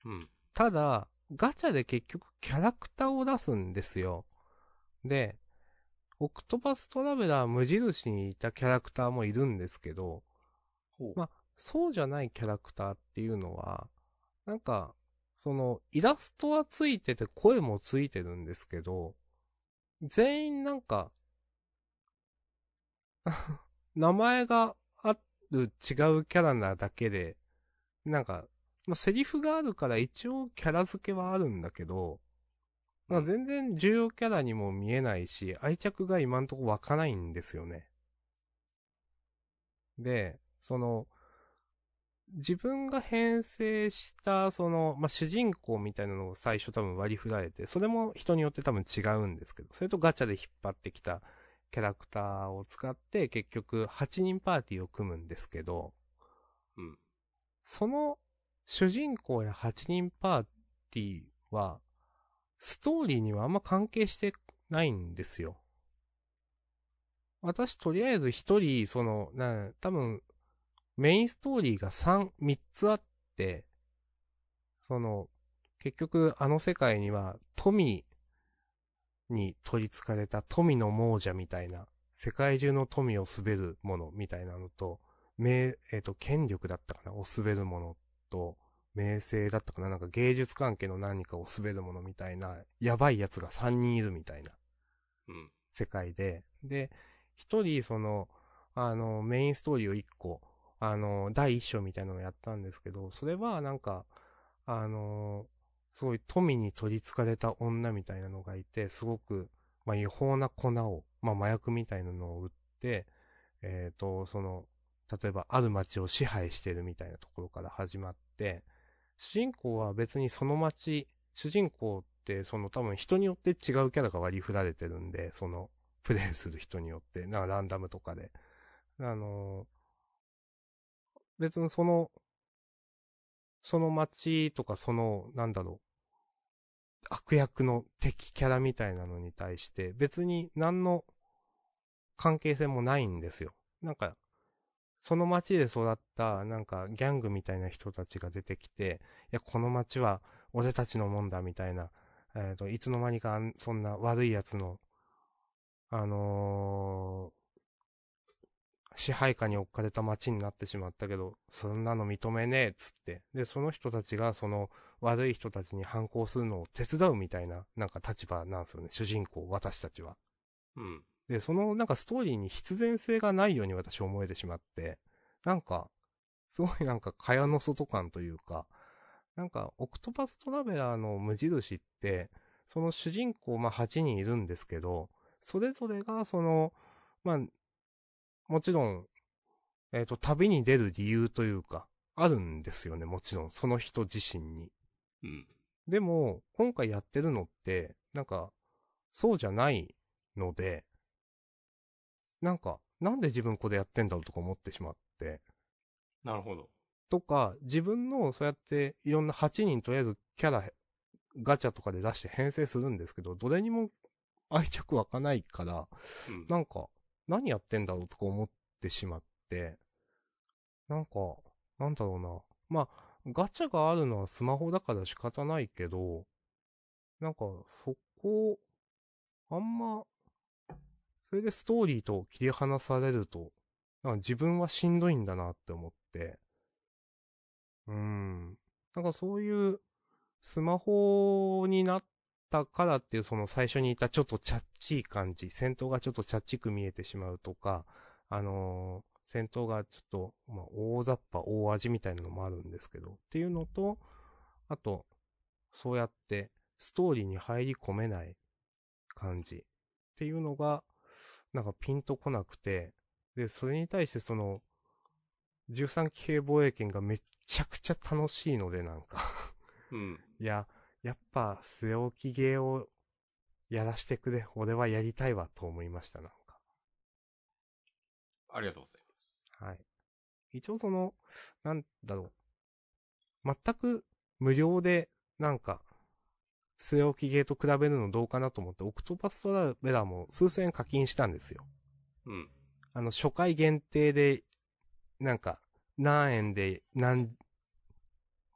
う。うん。ただ、ガチャで結局キャラクターを出すんですよ。で、オクトパストラベラー無印にいたキャラクターもいるんですけど、ほう。まそうじゃないキャラクターっていうのは、なんか、その、イラストはついてて声もついてるんですけど、全員なんか、 [LAUGHS] 名前がある違うキャラなだけで、なんか、まあ、セリフがあるから一応キャラ付けはあるんだけど、まあ、全然重要キャラにも見えないし、愛着が今んとこ湧かないんですよね。で、その、自分が編成した、その、まあ、主人公みたいなのを最初多分割り振られて、それも人によって多分違うんですけど、それとガチャで引っ張ってきたキャラクターを使って、結局8人パーティーを組むんですけど、うん。その主人公や8人パーティーは、ストーリーにはあんま関係してないんですよ。私とりあえず一人、その、な、多分、メインストーリーが3、3つあって、その、結局あの世界には富に取り憑かれた富の亡者みたいな、世界中の富を滑るものみたいなのと、名、えっ、と、権力だったかなを滑るものと、名声だったかななんか芸術関係の何かを滑るものみたいな、やばい奴が3人いるみたいなうん。世界で、で、一人、その、あの、メインストーリーを一個、あの、第一章みたいなのをやったんですけど、それはなんか、あの、すごい富に取り憑かれた女みたいなのがいて、すごく、まあ、違法な粉を、まあ、麻薬みたいなのを売って、えっ、と、その、例えばある町を支配してるみたいなところから始まって、主人公は別にその町、主人公ってその多分人によって違うキャラが割り振られてるんで、その、プレイする人によって、なんかランダムとかで。あのー別にその、その街とかその、なんだろう、悪役の敵キャラみたいなのに対して、別に何の関係性もないんですよ。なんか、その街で育った、なんか、ギャングみたいな人たちが出てきて、いや、この街は俺たちのもんだ、みたいな、えっ、と、いつの間にかあん、そんな悪い奴の、あのー支配下に置かれた街になってしまったけど、そんなの認めねえ、つって。で、その人たちが、その、悪い人たちに反抗するのを手伝うみたいな、なんか立場なんですよね、主人公、私たちは。うん。で、そのなんかストーリーに必然性がないように私思えてしまって、なんか、すごいなんか蚊帳の外感というか、なんか、オクトパストラベラーの無印って、その主人公、まあ8人いるんですけど、それぞれがその、まあ、もちろん、えっ、と、旅に出る理由というか、あるんですよね、もちろん、その人自身に。うん。でも、今回やってるのって、なんか、そうじゃないので、なんか、なんで自分これやってんだろうとか思ってしまって、なるほど。とか、自分のそうやっていろんな8人とりあえずキャラ、ガチャとかで出して編成するんですけど、どれにも愛着湧かないから、うん。なんか、何やってんだろうとか思ってしまって、なんか、なんだろうな。まあ、ガチャがあるのはスマホだから仕方ないけど、なんか、そこ、あんま、それでストーリーと切り離されると、なんか自分はしんどいんだなって思って、うーん。なんかそういう、スマホになっだからっていうその最初に言ったちょっとチャッチー感じ、戦闘がちょっとチャッチく見えてしまうとか、あのー戦闘がちょっと、まあ、大雑把、大味みたいなのもあるんですけど、っていうのと、あと、そうやってストーリーに入り込めない感じっていうのが、なんかピンとこなくて、で、それに対してその、13騎兵防衛圏がめっちゃくちゃ楽しいので、なんかうん。いや、やっぱ、据え置き芸をやらしてくれ。俺はやりたいわ、と思いました、なんか。ありがとうございます。はい。一応その、なんだろう。全く無料で、なんか、据え置き芸と比べるのどうかなと思って、オクトパストラベラーも数千円課金したんですよ。うん。あの、初回限定で、なんか、何円で、何、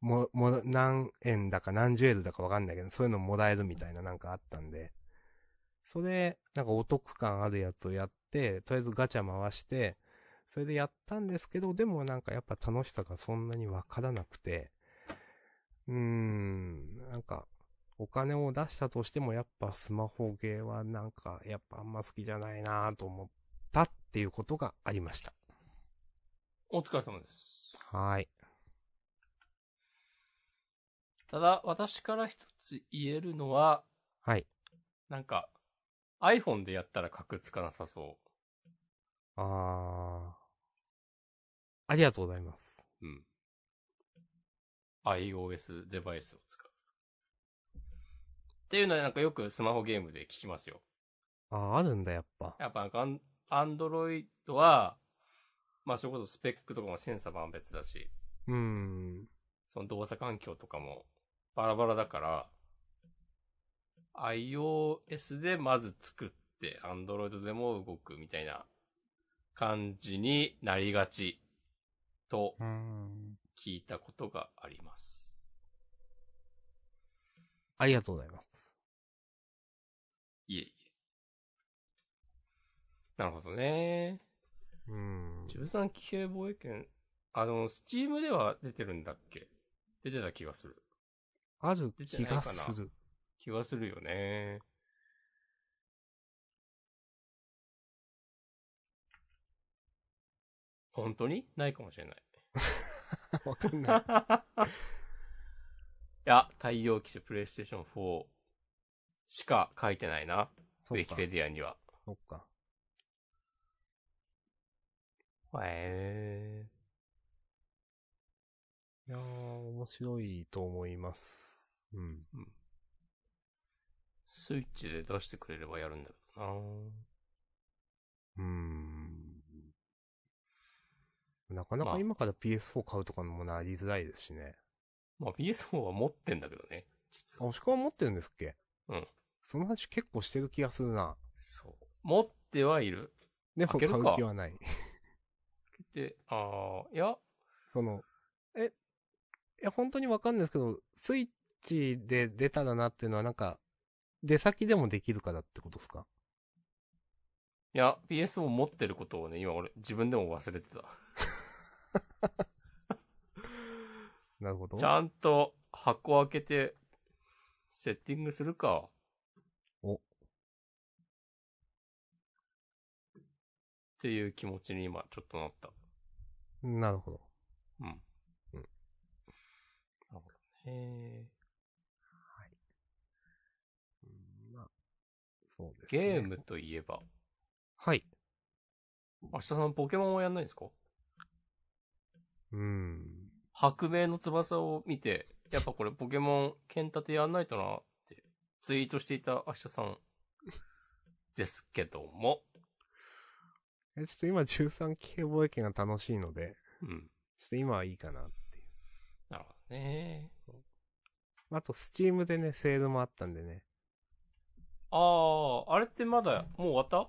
も、も、何円だか何十円だかわかんないけど、そういうのもらえるみたいななんかあったんで、それ、なんかお得感あるやつをやって、とりあえずガチャ回して、それでやったんですけど、でもなんかやっぱ楽しさがそんなにわからなくて、うーん、なんか、お金を出したとしてもやっぱスマホゲーはなんかやっぱあんま好きじゃないなぁと思ったっていうことがありました。お疲れ様です。はい。ただ、私から一つ言えるのは、はい。なんか、iPhone でやったら格つかなさそあー。ありがとうございます。う。うん。iOS デバイスを使う。っていうのはなんかよくスマホゲームで聞きますよ。あー、あるんだやっぱ。やっぱなんかアン、アンドロイドは、まあそれこそスペックとかも千差万別だし、うーん。その動作環境とかもバラバラだから、iOS でまず作って、Android でも動くみたいな感じになりがちとうーん。聞いたことがあります。ありがとうございます。いえいえ。なるほどね。うーん。 13騎兵防衛権、あの、Steam では出てるんだっけ出てた気がする。ある気がする。気がするよね。本当にないかもしれない。 [LAUGHS] わかんない。いや、太陽騎士プレイステーション4しか書いてないな。ウそィっキかペ。ディアには。そっか。へいやー、面白いと思います。うん。ースイッチで出してくれればやるんだけどな。うーん。なかなまかあ今から PS4 買うとかもなりづらいですしね。まあ PS4 は持ってんだけどね。実あ、は。押し込み持ってるんですっけうん。その話結構してる気がするな。そう。持ってはいる。でも開買けるかう気はない。で、ああ、いや、その、え、いや、本当にわかんないですけど、スイッチで出たらなっていうのはなんか、出先でもできるからってことですかいや、PS を持ってることをね、今俺、自分でも忘れてた。なるほど。ちゃんと箱開けて、セッティングするか。おっていう気持ちに今、ちょっとなった。なるほど。うん。うんなるほどね。うんまあ、そうです、ゲね。ームといえば、はい。明日さんポケモンはやんないんですかうん。白明の翼を見て、やっぱこれポケモン剣立てやんないとなってツイートしていた明日さんですけども。え、ちょっと今13期警防衛権が楽しいので、うん。ちょっと今はいいかなっていう。なるほどね。あと、スチームでね、セールもあったんでね。ああ、あれってまだ、もう終わった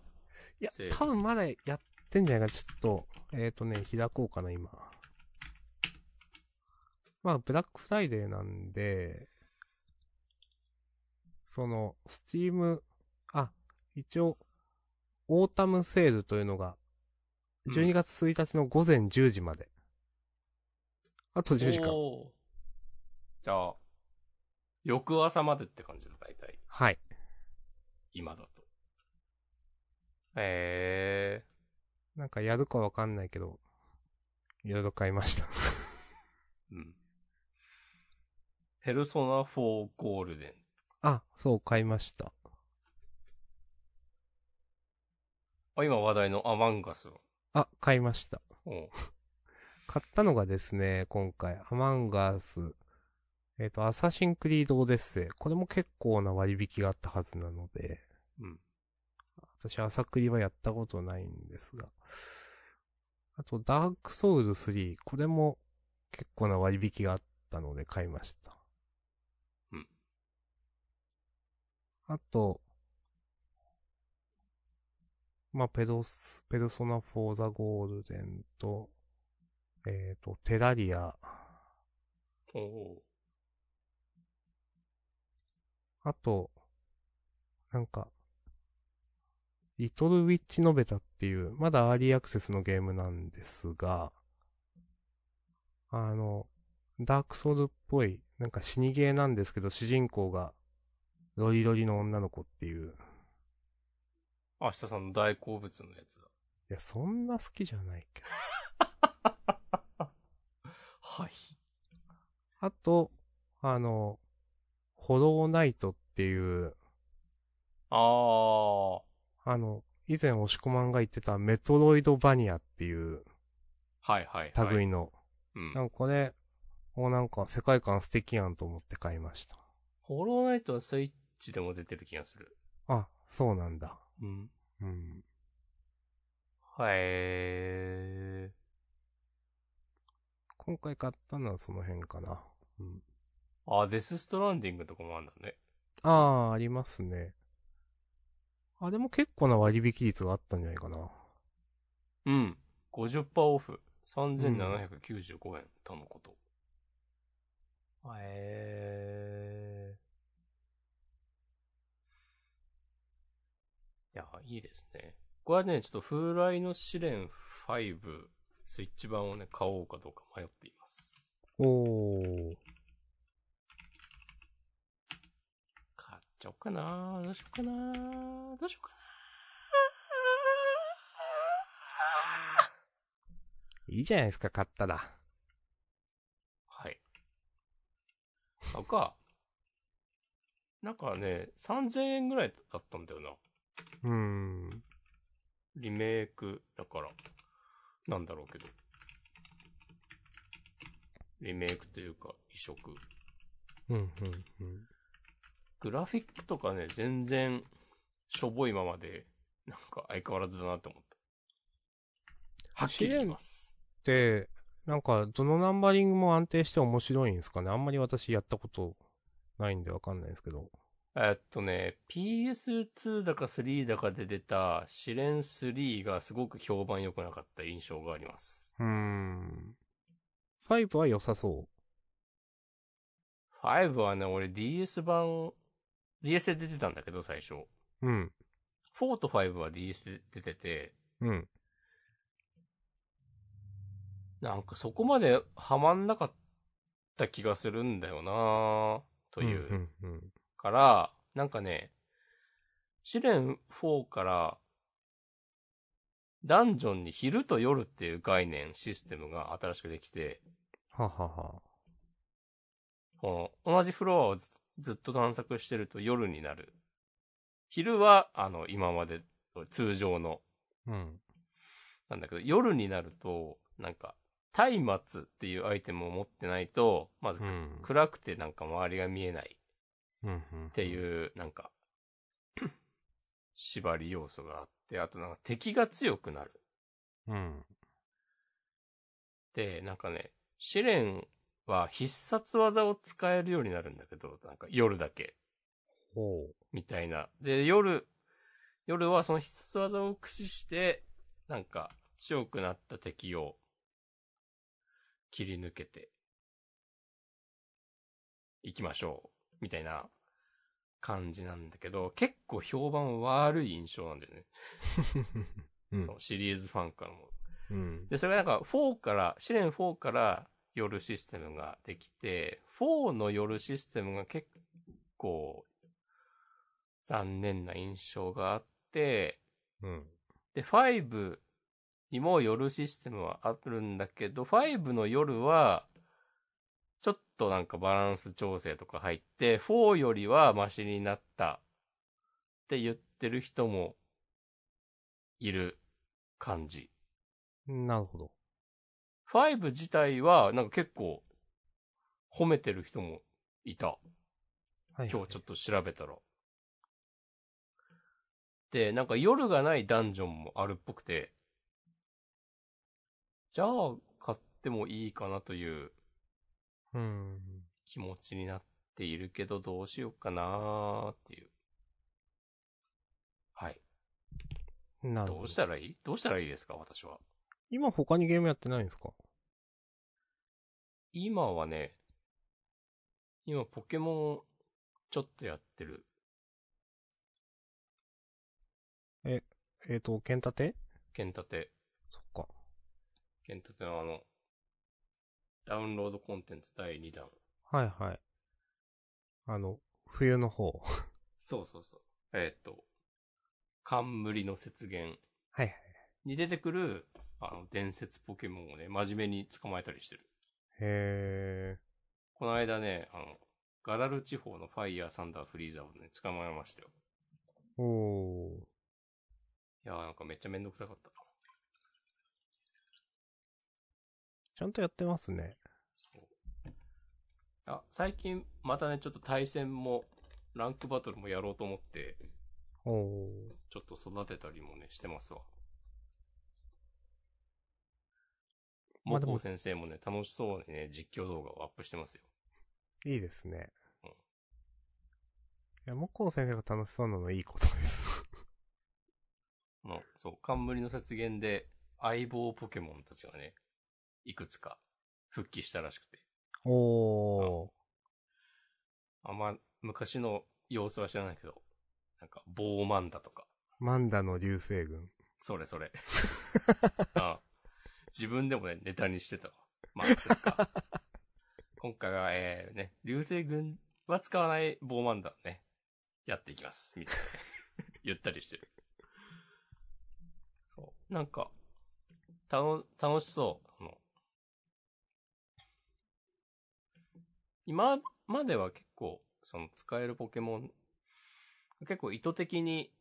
いやセール、多分まだやってんじゃないかな、ちょっと。えっ、ー、とね、開こうかな、今。まあ、ブラックフライデーなんで、その、スチーム、あ、一応、オータムセールというのが、うん12月1日の午前10時まで。あと10時間。おーじゃあ、翌朝までって感じだ、大体。はい。今だと。えなんかやるかわかんないけど、いろいろ買いました。 [LAUGHS] えー、うん。ペルソナ4ゴールデン。あ、そう、買いました。あ、今話題のアマンガスを。あ、買いました。おう買ったのがですね、今回、アマンガース、えっ、と、アサシンクリードオデッセイ。これも結構な割引があったはずなので、うん。私、朝クリはやったことないんですが。あと、ダークソウル3。これも結構な割引があったので買いました。うん。あと、まあ、ペロス、ペルソナ4ザゴールデンと、えっ、と、テラリア。おおあと、なんか、リトルウィッチノベタっていう、まだアーリーアクセスのゲームなんですが、あの、ダークソウルっぽい、なんか死にゲーなんですけど、主人公が、ロリロリの女の子っていう。明日さんの大好物のやつだ。いや、そんな好きじゃないけど。はい。あと、あの、ホローナイトっていう、あー。あの、以前押し込まんが言ってたメトロイドバニアっていうはいはいはい。類の、うんなんかこれ、おなんか世界観素敵やんと思って買いました。ホローナイトはスイッチでも出てる気がする。あ、そうなんだ。うん。うん。はい。え今回買ったのはその辺かな。うん。ーあ、デスストランディングとかもあるんだね。ああ、ありますね。あ、でも結構な割引率があったんじゃないかな。うん。50%オフ。3795円、とのこと。へえー。いや、いいですね。これはね、ちょっと風来の試練5、スイッチ版をね、買おうかどうか迷っています。おー。買っちゃおうかなどうしようかなどうしようかないいじゃないですか、買ったら。はい。買うか。なんかね、3000円ぐらいだったんだよな。うーん。リメイクだから、なんだろうけど。リメイクというか、移植。うん、うん、うん。グラフィックとかね、全然、しょぼいままで、なんか相変わらずだなと思った。はっきり言います。って、なんか、どのナンバリングも安定して面白いんですかねあんまり私やったことないんでわかんないですけど。えっとね、PS2 だか3だかで出た試練3がすごく評判良くなかった印象があります。うーん。5は良さそ5はね、俺 DS 版、DS で出てたんだけど最初。う。うん。 4と5は DS で出てて、うん。なんかそこまでハマんなかった気がするんだよなぁという。うん、うん。から、なんかね、試練4から、ダンジョンに昼と夜っていう概念、システムが新しくできて、ははは。この同じフロアをずずっと探索してると夜になる。昼は、あの、今までと通常の、うん。なんだけど、夜になると、なんか、松明っていうアイテムを持ってないと、まずうん。暗くてなんか周りが見えないうん、うん。っっていう、なんか、縛り要素があって、あとなんか敵が強くなる。うん。で、なんかね、試練は必殺技を使えるようになるんだけど、なんか夜だけ、ほみたいな。で、夜、夜はその必殺技を駆使して、なんか強くなった敵を切り抜けて、行きましょう、みたいな感じなんだけど、結構評判悪い印象なんだよね。 [LAUGHS] う。うんそ。のシリーズファンからも。うん。で、それがなんか4から、試練4から夜システムができて、4の夜システムが結構残念な印象があって、うん。で、5にも夜システムはあるんだけど、5の夜は、ちょっとなんかバランス調整とか入って、4よりはマシになったって言ってる人もいる感じ。なるほど。 5自体は、なんか結構、褒めてる人もいた。はい。今日ちょっと調べたら。で、なんか夜がないダンジョンもあるっぽくて、じゃあ買ってもいいかなといううん。気持ちになっているけど、どうしようかなーっていう。はい。なるどほうどし。たらいいどうしたらいいですか私は。今他にゲームやってないんですか今はね、今ポケモンをちょっとやってる。えっと、剣立て剣立て。そっか。剣立てのあの、ダウンロードコンテンツ第2弾。はいはい。あの、冬の方。はいそうそうそう。えーっと、冠の雪原はい。に出てくる、あの、伝説ポケモンをね、真面目に捕まえたりしてる。へこの間ね、あの、ガラル地方のファイヤー、サンダー、フリーザーをね、捕まえましたよ。ー。おー。いやーなんかめっちゃめんどくさかった。ちゃんとやってますね。あ、最近またね、ちょっと対戦も、ランクバトルもやろうと思って、おー。ちょっと育てたりもね、してますわ。まモあでもコ先生もね、楽しそうにね、実況動画をアップしてますよ。いいですね。うんいや、木工先生が楽しそうなのいいことです。この、そう、冠の雪原で、相棒ポケモンたちがね、いくつか復帰したらしくて。おー。あんま、昔の様子は知らないけど、なんか、ボーマンダとか、マンダの流星群。それそれ。 [LAUGHS] あ自分でもね、ネタにしてたわ。まあ、そっか。今回は、えー、ね、流星群は使わないボーマンダね、やっていきます。みたいなね。ゆったりしてる。そう。なんか、たの、楽しそう。あの、今までは結構、その使えるポケモン、結構意図的に、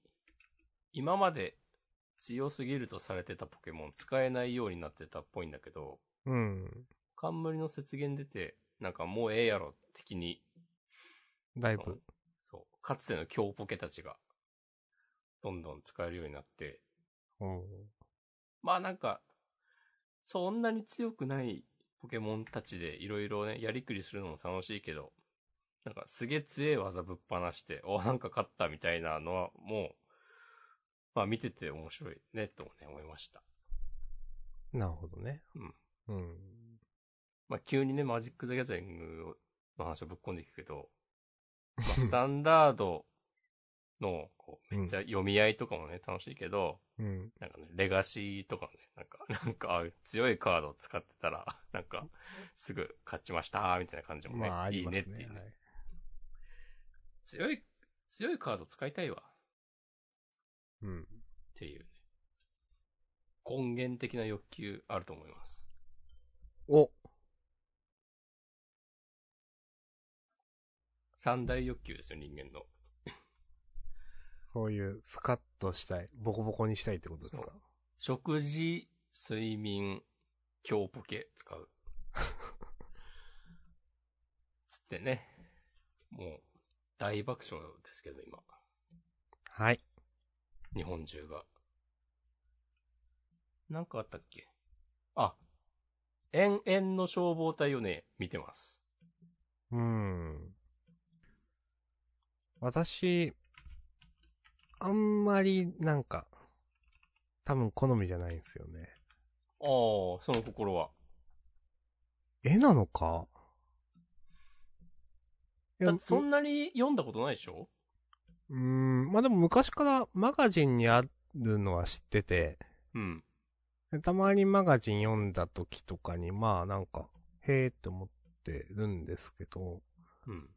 今まで強すぎるとされてたポケモン使えないようになってたっぽいんだけど、うん。冠の雪原出て、なんかもうええやろ、的に。だいそぶの。そう。かつての強ポケたちが、どんどん使えるようになって、おーまあなんか、そんなに強くないポケモンたちでいろいろね、やりくりするのも楽しいけど、なんかすげえ強い技ぶっ放して、お、なんか勝ったみたいなのはもう、まあ見てて面白いね、ともね、思いました。なるほどね。うん。まあ、急にね、マジック・ザ・ギャザリングの話をぶっ込んでいくけど、まあ、[LAUGHS] スタンダードの、こう、めっちゃ読み合いとかもね、楽しいけど、うん。うん。なんかね、レガシーとかね、なんか、 [LAUGHS] なんか、あ強いカードを使ってたら、なんか、すぐ勝ちました、みたいな感じもね、まあ、あいりいますねね。っていうね、はい強い、強いカード使いたいわ、っうん。ていうね。根源的な欲求あると思います。お三大欲求ですよ、人間の。そういう、スカッとしたい、ボコボコにしたいってことですか食事、睡眠、強ポケ使う。 [LAUGHS] つってね。もう、大爆笑ですけど、今。はい。日本中が。なんかあったっけあ、円々の消防隊をね、見てます。うーん。私、あんまり、なんか、多分好みじゃないんですよね。ああ、その心は。絵なのかいだやってそんなに読んだことないでしょうーん、まあ、でも昔からマガジンにあるのは知ってて、うん。でたまにマガジン読んだ時とかに、まあなんか、へえって思ってるんですけど、うん。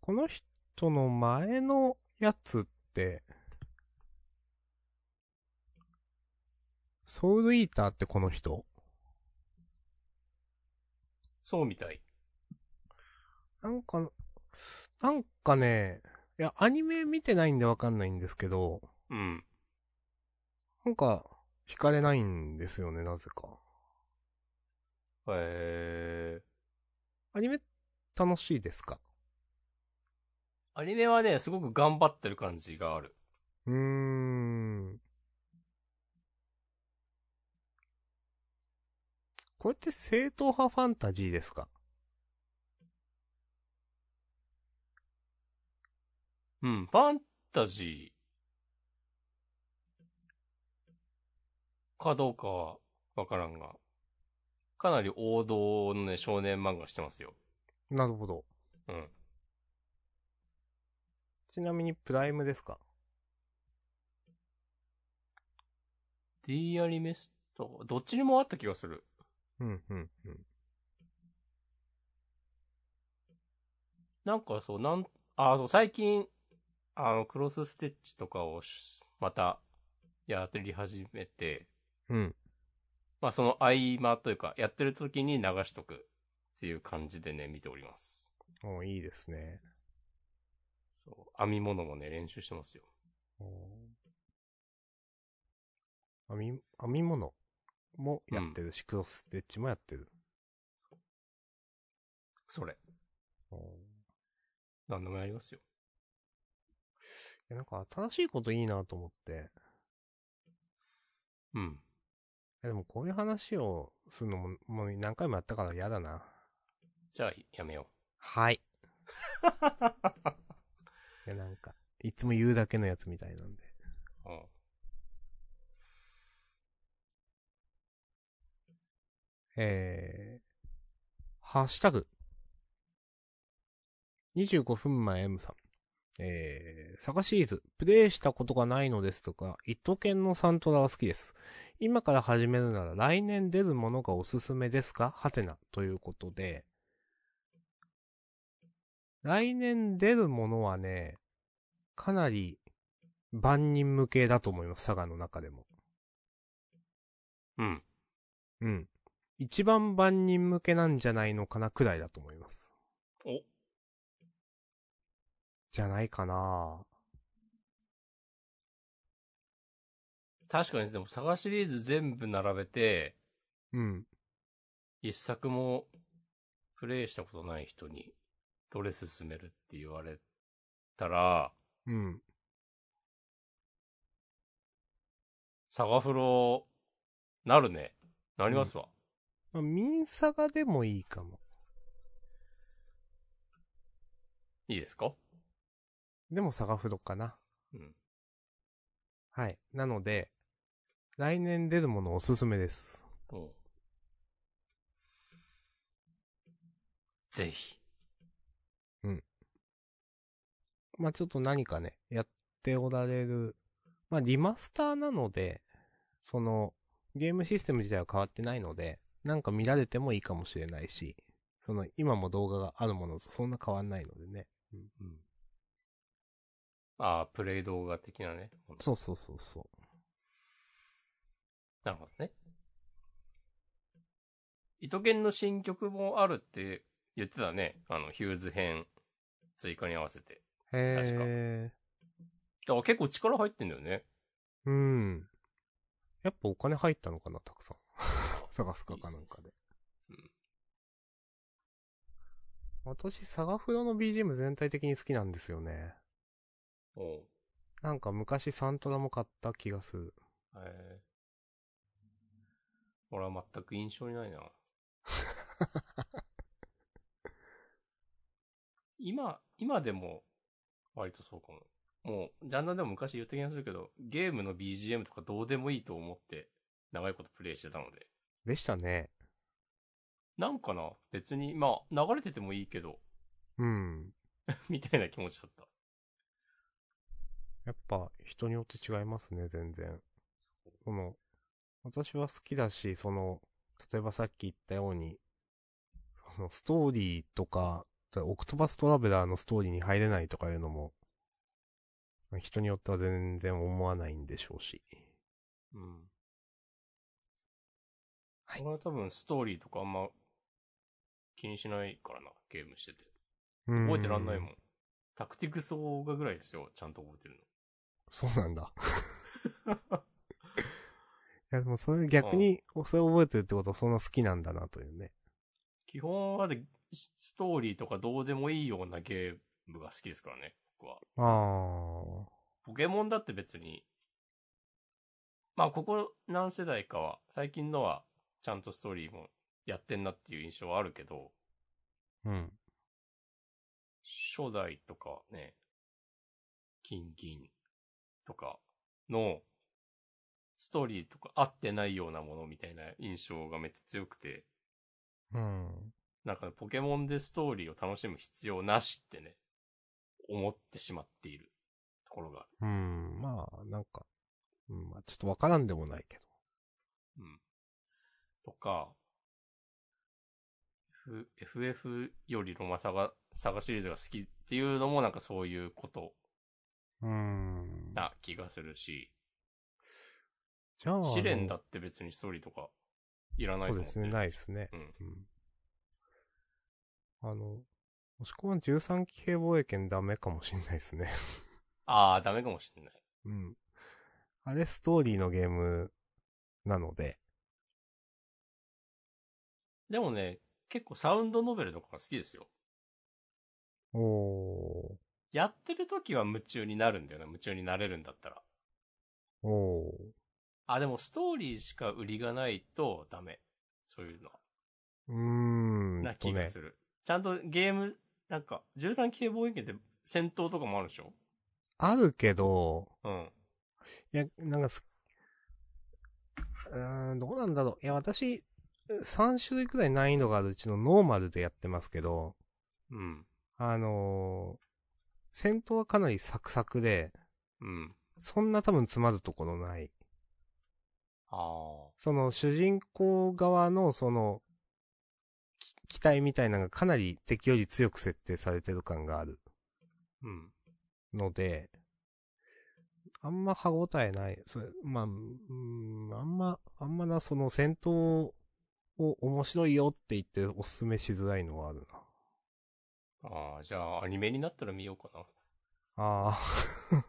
この人の前のやつって、ソウルイーターってこの人そうみたい。なんか、なんかね、いや、アニメ見てないんでわかんないんですけど、うん。なんか、惹かれないんですよね、なぜか。へえ。アニメ、楽しいですかアニメはね、すごく頑張ってる感じがある。うーん。これって正統派ファンタジーですかうん、ファンタジーかどうかはわからんが、かなり王道のね、少年漫画してますよ。なるほど。うん。ちなみにプライムですか D アニメスト、どっちにもあった気がする。うん、うん、うん。なんかそう、なん、あ、そう、最近、あの、クロスステッチとかをしまた、やり始めて、うん。まあその合間というか、やってる時に流しとくっていう感じでね、見ております。おいいですね。そう、編み物もね、練習してますよ。お編み、編み物もやってるし、クロスステッチもやってる。それ。おーい何でもやりますよ。やなんか新しいこといいなと思って。いうん。やでもこういう話をするのも、もう何回もやったから嫌だな。じゃあ、やめよはい。う。 [LAUGHS] いやなんか、いつも言うだけのやつみたいなんで。うんえー、ハッシュタグ。25分前 M さん。えー、サガシリーズ、プレイしたことがないのですとか、一都県のサントラは好きです。今から始めるなら来年出るものがおすすめですかはてな、ということで。来年出るものはね、かなり万人向けだと思います、サガの中でも。うん。うん。一番万人向けなんじゃないのかなくらいだと思います。お、じゃないかな確かにでも、サガシリーズ全部並べて、うん。一作もプレイしたことない人に、どれ進めるって言われたら、うん。サガフロなるね。なりますわ。まあ、ミンサガでもいいかも。いいですかでもサガフロかな。うん。はい。なので、来年出るものおすすめです。おうぜひ。まあ、ちょっと何かね、やっておられる。まあ、リマスターなので、その、ゲームシステム自体は変わってないので、なんか見られてもいいかもしれないし、その、今も動画があるものとそんな変わんないのでね。うん。ああ、プレイ動画的なね。そうそうそうそう。なるほどね。糸犬の新曲もあるって言ってたね。あの、ヒューズ編追加に合わせて。へえ。だから結構力入ってんだよね。うん。やっぱお金入ったのかな、たくさん。サガスカかなんかで。いいっすね私、サガフロの BGM 全体的に好きなんですよね。おうなんか昔サントラも買った気がする。へえ。俺は全く印象にないな。今、今でも、割とそうかも。もう、ジャンダンでも昔言った気がするけど、ゲームの BGM とかどうでもいいと思って、長いことプレイしてたので。でしたね。なんかな別に、まあ、流れててもいいけど、 [LAUGHS] うん。みたいな気持ちだった。やっぱ人によって違いますね、全然。その、私は好きだし、その、例えばさっき言ったように、そのストーリーとか、オクトバストラベラーのストーリーに入れないとかいうのも、人によっては全然思わないんでしょうし。うん。はい俺は多分ストーリーとかあんま気にしないからな、ゲームしてて。覚えてらんないもん。。タクティクスオーガぐらいですよ、ちゃんと覚えてるそうな [LAUGHS] んだ。いや、でもそれ逆に、それ覚えてるってことはそんな好きなんだなというね。の。基本はで、スストーリーとかどうでもいいようなゲームが好きですからね、僕は。あポケモンだって別に、まあ、ここ何世代かは、最近のは、ちゃんとストーリーもやってんなっていう印象はあるけど、あ。うん。初代とかね、金銀とかの、ストーリーとか合ってないようなものみたいな印象がめっちゃ強くて、うん。なんかねポケモンでストーリーを楽しむ必要なしってね、思ってしまっているところがある。うん、まあ、なんか、うん、まあ、ちょっとわからんでもないけど。うん。とか、 F、FF よりロマサガ、サガシリーズが好きっていうのもなんかそういうことうーん。な気がするし、じゃあ、試練あだって別にストーリーとかいらないのとそう思でってすね、ないですね。うん。うん。あの、もしくは13騎兵防衛権ダメかもしんないですね。 [LAUGHS] ああ、ダメかもしれない。うん。あれストーリーのゲームなので、でもね、結構サウンドノベルとかが好きですよ。おやってる時は夢中になるんだよな、夢中になれるんだったら。ー、おあ、でもストーリーしか売りがないとダメ。そういうのは。ー、うーんなと気がねす、る。ちゃんとゲーム、なんか、13系防衛圏って戦闘とかもあるでしょあるけど、うん。いや、なんかす、うーん、どうなんだろう。いや、私、3種類くらい難易度があるうちのノーマルでやってますけど、うん。あのー戦闘はかなりサクサクで、うん。そんな多分詰まるところない。ああ。その主人公側のその、き機体みたいなのがかなり敵より強く設定されてる感があるうん。ので、あんま歯応えない。それまあ、うーん、あんま、あんまな、その戦闘を面白いよって言っておすすめしづらいのはあるな。ああ、じゃあ、アニメになったら見ようかああ、な。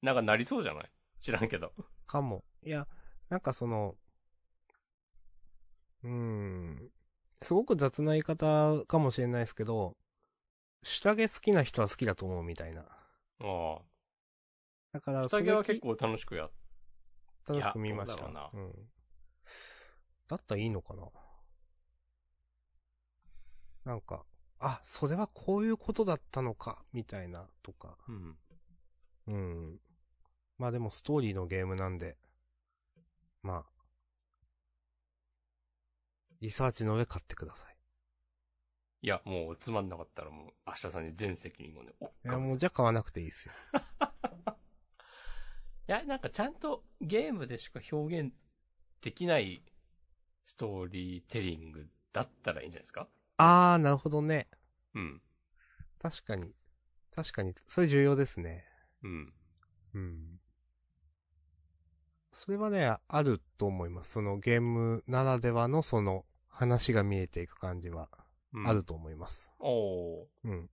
なんかなりそうじゃない知らんけど。 [LAUGHS] かも。いや、なんかその、うーん、すごく雑な言い方かもしれないですけど、下着好きな人は好きだと思うみたいな。あだかあ。ら、下着はそれ結構楽しくやっ楽しく見ましいやた。どうだろん。だったらいいのかななんか、あ、それはこういうことだったのか、みたいな、とか。うん。うん。まあでもストーリーのゲームなんで、まあ、リサーチの上買ってください。いや、もうつまんなかったらもう、明日さんに全責任をね、おっいかや、ぶせもうじゃあ買わなくていいですよ。いや、なんかちゃんとゲームでしか表現できないストーリーテリングだったらいいんじゃないですかあー、なるほどね。うん。確かに。確かに、それ重要ですね。うん。うん。それはね、あると思います。そのゲームならではのその話が見えていく感じはうんある。と思います。おおうん。ー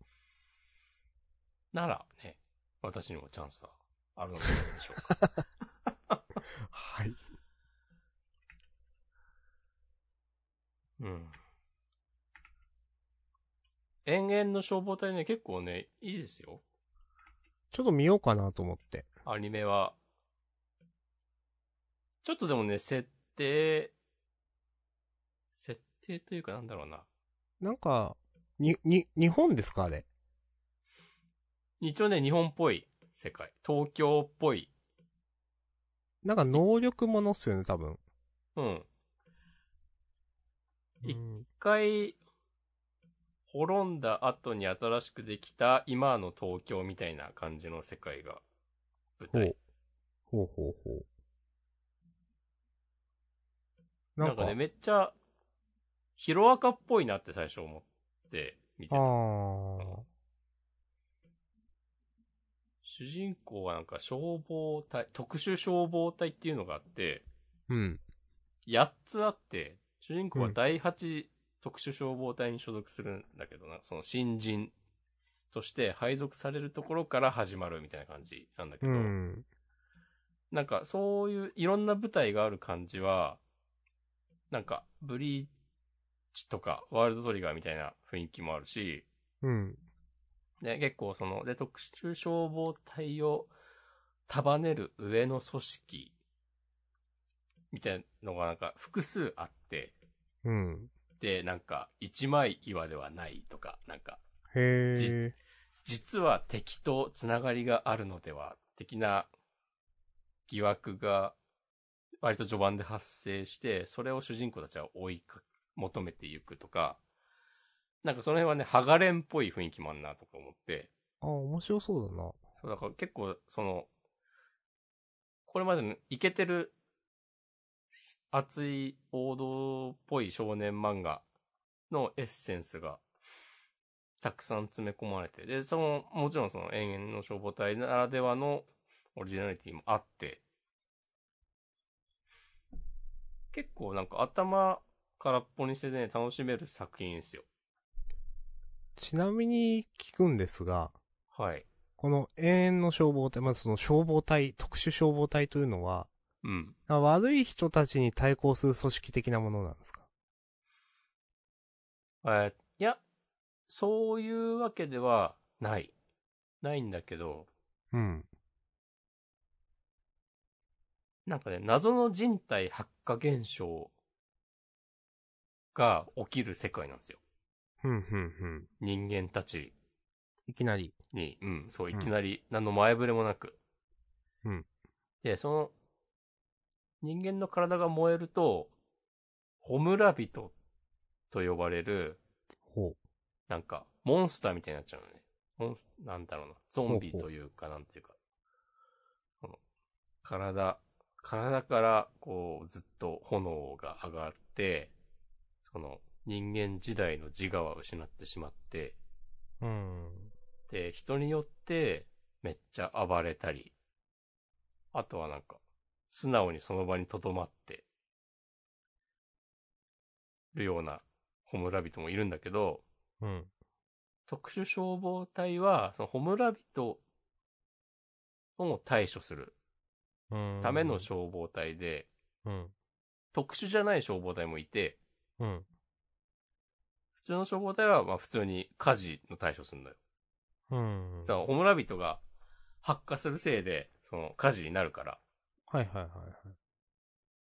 なら、ね、私にもチャンスはあるのではないでしょうか。はい。 [LAUGHS] うん。延々の消防隊ね、結構ね、いいですよ。ちょっと見ようかなと思って。アニメは。ちょっとでもね、設定、設定というかなんだろうな。なんか、に、に、日本ですかあれ。一応ね、日本っぽい世界。東京っぽい。なんか能力ものっすよね、多分。うん。いうん一回、滅んだ後に新しくできた今の東京みたいな感じの世界が舞ほ台う。。ほうほうほう。ななんんかか、ね、めっちゃ、ヒロアカっぽいなって最初思って見てあた。ー。主人公はなんか消防隊、特殊消防隊っていうのがあって、うん。 8つあって、主人公はうん第8特殊消防隊に所属するんだけどな、その新人として配属されるところから始まるみたいな感じなんだけうど、ん。なんかそういういろんな舞台がある感じは、なんかブリーチとかワールドトリガーみたいな雰囲気もあるし、うん。で、結構その、で、特殊消防隊を束ねる上の組織、みたいなのがなんか複数あって、うん。で、なんか一枚岩ではないとか、なんか、へじー。実は敵とつながりがあるのでは、的な疑惑が割と序盤で発生して、それを主人公たちは追いか、求めていくとか、なんかその辺はね、ハガレンっぽい雰囲気もあんなとか思って、あ、面白そうだな。そう、だから結構、その、これまでのイケてる、熱い王道っぽい少年漫画のエッセンスが、たくさん詰め込まれて、で、その、もちろんその、永遠の消防隊ならではのオリジナリティもあって、結構なんか頭空っぽにしてね、楽しめる作品ですよ。ちなみに聞くんですが、はい。この永遠の消防隊、まずその消防隊、特殊消防隊というのは、うん。悪い人たちに対抗する組織的なものなんですかえーいや、そういうわけではない。ないんだけど、うん。なんかね、謎の人体発火現象が起きる世界なんですよ。ふんふんふん。人間たちいきなり。に、うん、そう、ういんきなり、何の前触れもなく。うん。で、その、人間の体が燃えると、ホムラビトと呼ばれる、ほなんか、モンスターみたいになっちゃうのね。モンス、なんだろうな。ゾンビというか、なんていうか。この体、体から、こう、ずっと炎が上がって、その、人間時代の自我は失ってしまって、う。うん。で、人によって、めっちゃ暴れたり、あとはなんか、素直にその場に留まって、るような、ホムラビトもいるんだけど、うん。特殊消防隊は、そのホムラビトを対処するうん。ための消防隊で、うん。特殊じゃない消防隊もいて、うん。普通の消防隊は、まあ普通に火事の対処するんだよ。うん。さあ、ホムラビトが発火するせいで、その火事になるから、はいはいはいはい。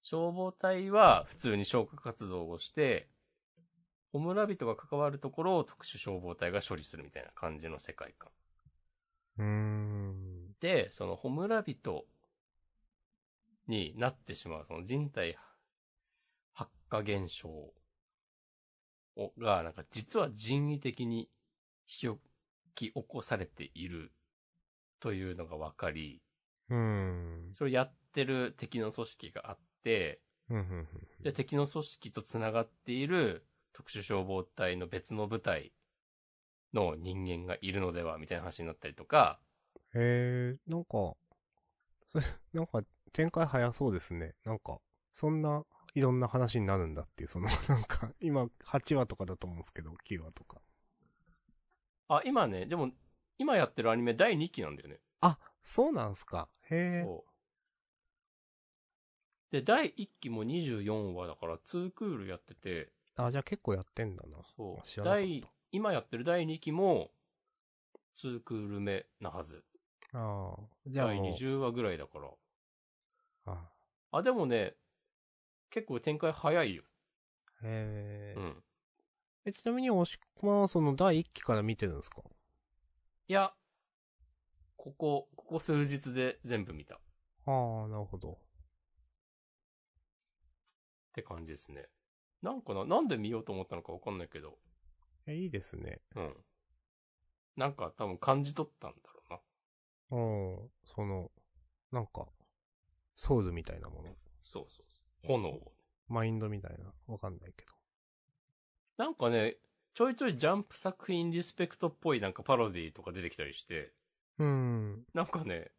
消防隊は普通に消火活動をして、ホムラビトが関わるところを特殊消防隊が処理するみたいな感じの世界観。うーん。で、そのホムラビトになってしまう、その人体発火現象をが、なんか実は人為的に引き起こされているというのが分かり、うーん。それをやってる敵の組織があって、うんうんうん。で、敵の組織と繋がっている特殊消防隊の別の部隊の人間がいるのでは、みたいな話になったりとか、えー、なんか、そ [LAUGHS] れ、なんか、展開早そうですね。なんか、そんな、いろんな話になるんだっていう、その、 [LAUGHS] なんか、今、8話とかだと思うんですけど、9話とか。あ、今ね、でも、今やってるアニメ第2期なんだよね。あ、そうなんすか。へえ。そうで、第1期も24話だから、2クールやってて、あ、じゃあ結構やってんだな。そ知う。らなかっ第、今やってる第2期も、2クール目なはず。た。ああ。じゃあ第もう、 20話ぐらいだから。ああ、でもね、結構展開早いよ。へえう、ん。えちなみに、押し込まはその第1期から見てるんですかいや、ここ、ここ数日で全部見たっああ、なるほど。て感じですね。なんかな、なんで見ようと思ったのかわかんないけど、え、いいですね。うん。なんか多分感じ取ったんだろうな。うん。その、なんか、ソウルみたいなもの。そうそうそう。炎をマインドみたいな。わかんないけど。なんかね、ちょいちょいジャンプ作品リスペクトっぽいなんかパロディとか出てきたりして、うーん。なんかね、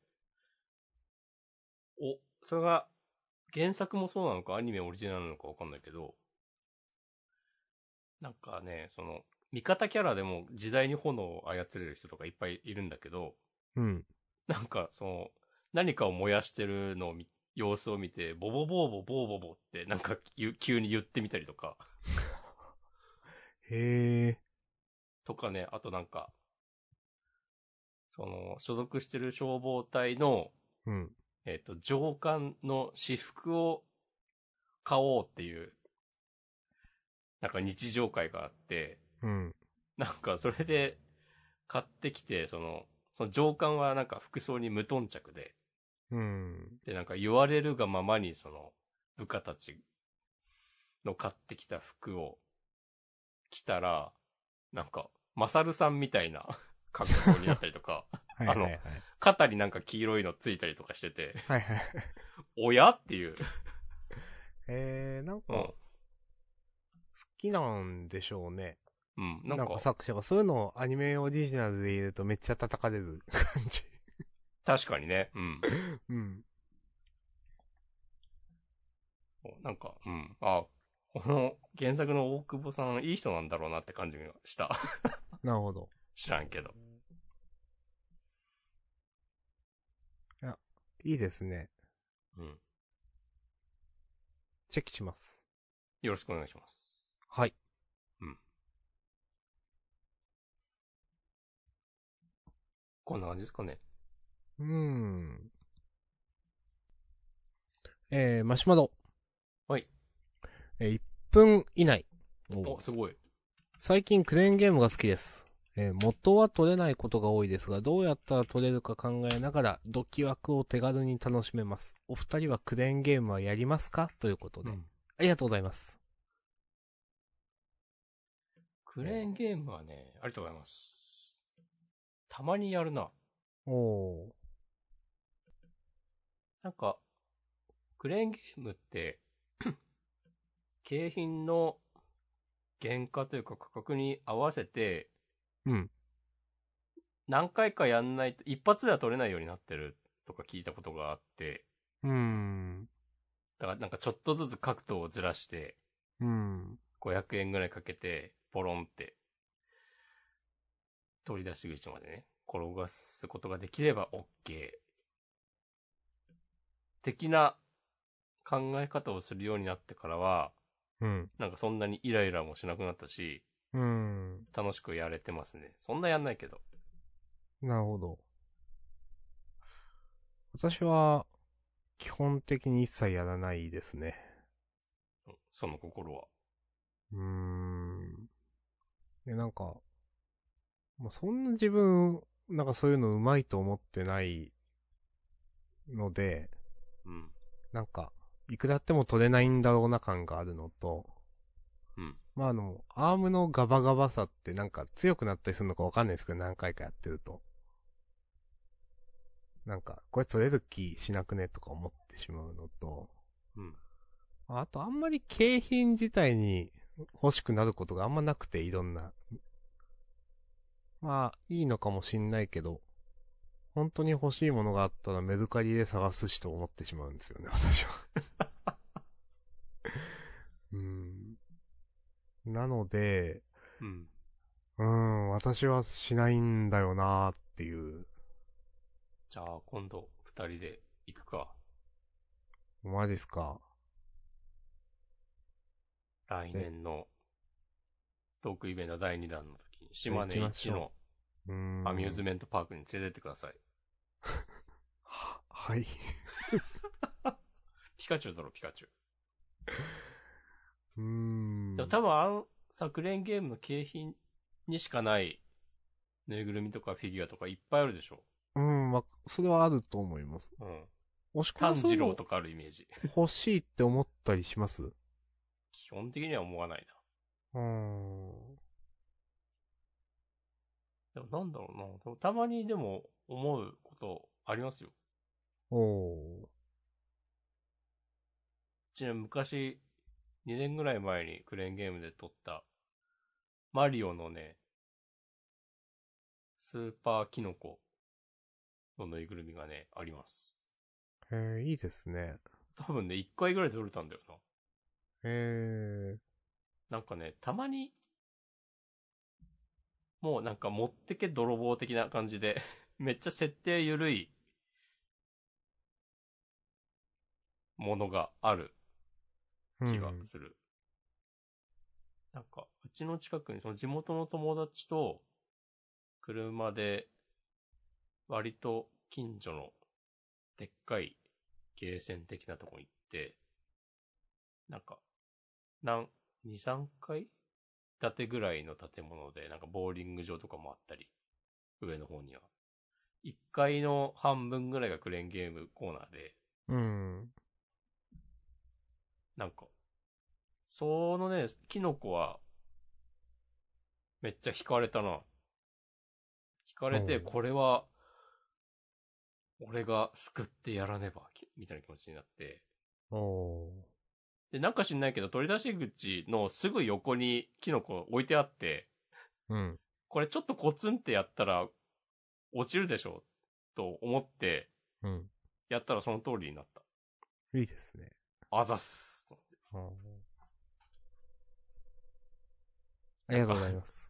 お、それが原作もそうなのかアニメオリジナルなのかわかんないけど、なんかね、その、味方キャラでも時代に炎を操れる人とかいっぱいいるんだけど、うん。 [LAUGHS] なんかその、何かを燃やしてるのを見様子を見て、ボボボーボボーボボってなんか言う急に言ってみたりとか、へえ。とかね、あとなんか、その、所属してる消防隊の、うん。えっ、と、上官の私服を買おうっていう、なんか日常会があって、うん。なんかそれで買ってきて、その、その上官はなんか服装に無頓着で、うん。で、なんか言われるがままに、その、部下たちの買ってきた服を着たら、なんか、マサルさんみたいな [LAUGHS] 格好になったりと [LAUGHS] か、はいのはいはい。肩になんか黄色いのついたりとかしてて、はいはい。おやっていう。えー、なんか、うん。すきなんでしょうね。うん。ななんんかか、作者がそういうのをアニメオリジナルで入れるとめっちゃ叩かれる感じ。 [LAUGHS] 確かにね。うん。うん。おなんか、うん。あ、この原作の大久保さん、いい人なんだろうなって感じがした。 [LAUGHS] なるほど。知らんけど。いいですね。うん。チェックします。よろしくお願いします。はい。こんな感じですかね。うーん。えー、マシュマロ。はい。えー、1分以内。お、すごい。最近クレーンゲームが好きです。えー元は取れないことが多いですが、どうやったら取れるか考えながら、ドキ枠を手軽に楽しめます。お二人はクレーンゲームはやりますかということで、うんありがとうございます。クレーンゲームはね、ありがとうございます。たまにやるな。おー。なんか、クレーンゲームって、 [CLEARS THROAT] 景品の原価というか価格に合わせて、うん。何回かやんないと、一発では取れないようになってるとか聞いたことがあって、うーん。だからなんかちょっとずつ角度をずらして、うん。 500円ぐらいかけて、ポロンって、取り出し口までね、転がすことができれば OK。的な考え方をするようになってからは、うん。なんかそんなにイライラもしなくなったし、うん。楽しくやれてますね。そんなやんないけど。なるほど。私は、基本的に一切やらないですね。うんその心は。うーん。で、なんか、まあ、そんな自分、なんかそういうのうまいと思ってないので、うん。なんか、いくらあっても取れないんだろうな感があるのと、うん。まあ、あの、アームのガバガバさってなんか強くなったりするのかわかんないですけど、何回かやってると。なんか、これ取れる気しなくねとか思ってしまうのと、うん。あとあんまり景品自体に欲しくなることがあんまなくて、いろんな。まあ、いいのかもしんないけど、本当に欲しいものがあったらメルカリで探すしと思ってしまうんですよね、私は。うん。なので、うん。うん、私はしないんだよなーっていう。じゃあ今度二人で行くか。マジっすか。来年のトークイベント第2弾の時に、島根行きまし一のょうん。アミューズメントパークに連れてってください。は、はい。ピカチュウだろ、ピカチュウ。うんでも。多分あの、さ、クレーンゲームの景品にしかない、ぬいぐるみとかフィギュアとかいっぱいあるでしょ。うん、まあ、それはあると思います。うん。もしくは炭そう治いうの郎とかあるイメージ。欲しいって思ったりしますう基本的には思わないーん。な。でもなんだろうな。でもたまにでも思うことありますよ。おー。ちなみに昔、2年ぐらい前にクレーンゲームで撮った、マリオのね、スーパーキノコのぬいぐるみがね、あります。えー、いいですね。多分ね、1回ぐらいで撮れたんだよな。えなんかね、たまに、もうなんか持ってけ泥棒的な感じで、 [LAUGHS] めっちゃ設定緩い、ものがあるー。気がうんする。なんか、うちの近くに、その地元の友達と、車で、割と近所の、でっかい、ゲーセン的なとこ行って、なんか、なん、2、3階建てぐらいの建物で、なんかボーリング場とかもあったり、上の方には。1階の半分ぐらいがクレーンゲームコーナーで、うん。なんか、そのね、キノコは、めっちゃ惹かれたな。惹かれて、うんこれは、俺が救ってやらねば、きみたいな気持ちになって、おー。で、なんか知んないけど、取り出し口のすぐ横にキノコ置いてあって、うん。これちょっとコツンってやったら、落ちるでしょ、と思って、うん。やったらその通りになった。いいですね。あざっす。ありがとうございます。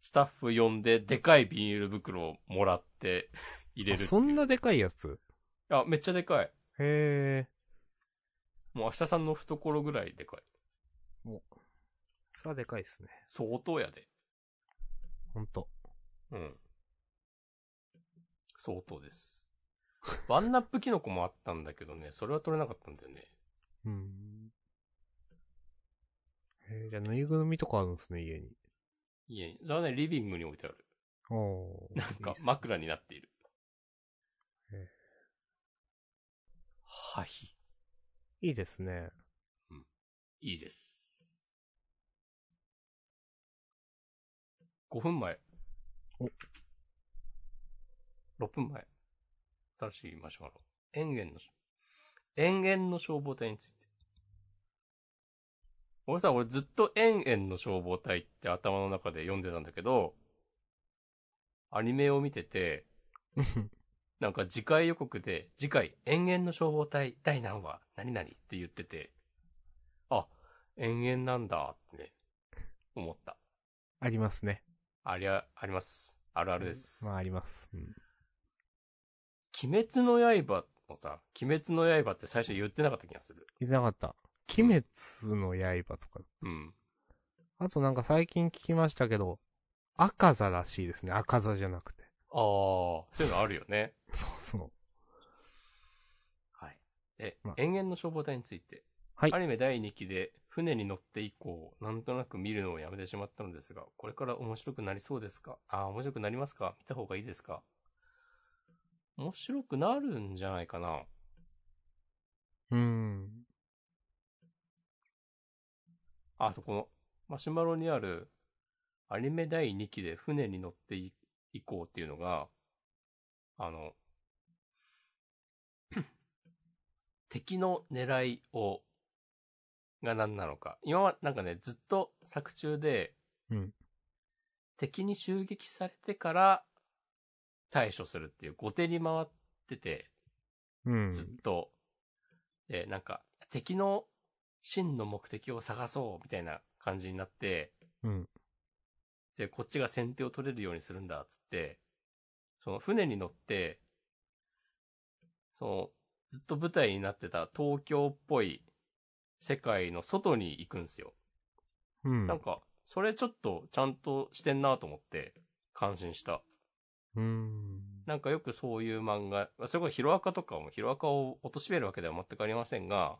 スタッフ呼んで、でかいビニール袋をもらって、入れるってあいう。そんなでかいやつあ、めっちゃでかい。へえ。もう明日さんの懐ぐらいでかい。さあでかいですね。相当やで。ほんと。うん。相当です。ワンナップキノコもあったんだけどね、それは取れなかったんだよね。うん。えー、じゃあぬいぐるみとかあるんですね、家に。家に。それはね、リビングに置いてある。おー。なんいいかっすね枕になっているへえ。はい。いいですね。いいです。5分前。お6分前。新しいマシュマロ。園芸のし、園芸の消防隊について。俺さ、俺ずっと園芸の消防隊って頭の中で読んでたんだけど、アニメを見てて、なんか次回予告で、次回、延々の消防隊第何話、何々って言ってて、あ、延々なんだってね、思った。 [LAUGHS] ありますね。ありゃ、あります。あるあるです。まああります。うん。鬼滅の刃のさ、鬼滅の刃って最初言ってなかった気がする。聞いてなかった。鬼滅の刃とか。うん。あとなんか最近聞きましたけど、赤座らしいですね。赤座じゃなくて。ああ、そういうのあるよね。そうそう。はい。で、まあ延々の消防隊について。はいアニメ第2期で、船に乗って以降、なんとなく見るのをやめてしまったのですが、これから面白くなりそうですかあー、面白くなりますか見た方がいいですか面白くなるんじゃないかなうーん。あ、そこの、マシュマロにある、アニメ第2期で船に乗ってい行こうっていうのが、あの、 [CLEARS THROAT] 敵の狙いを、が何なのか。今は、なんかね、ずっと作中で、うん敵に襲撃されてから対処するっていう、後手に回ってて、うずっん。と。で、なんか、敵の真の目的を探そう、みたいな感じになって、うん。で、こっちが先手を取れるようにするんだ、つって、その船に乗って、その、ずっと舞台になってた東京っぽい世界の外に行くんですよ。うん。なんか、それちょっとちゃんとしてんなと思って、感心した。うーん。なんかよくそういう漫画、まあそれこそヒロアカとかもヒロアカを貶めるわけでは全くありませんが、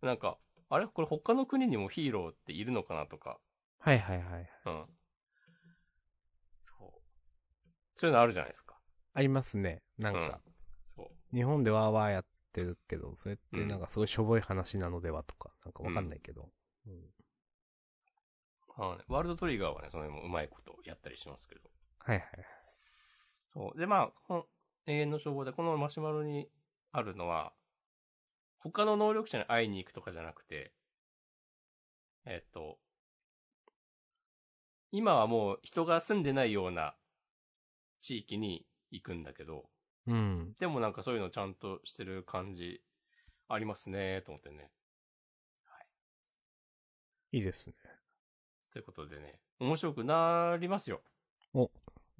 なんか、あれこれ他の国にもヒーローっているのかなとか、はいはいはい。うん。そう。そういうのあるじゃないですか。ありますね。なんうんか、、そう。日本でワーワーやってるけど、それってうんなんかすごいしょぼい話なのではとか、なんかわかんないけど。あのねワールドトリガーはね、その辺もうまいことやったりしますけど。はいはい。そう。で、まあ、この永遠の消防で、このマシュマロにあるのは、他の能力者に会いに行くとかじゃなくて、えっと、今はもう人が住んでないような地域に行くんだけど、うん。でもなんかそういうのちゃんとしてる感じありますね、と思ってね。いいですね。ということでね、面白くなりますよ。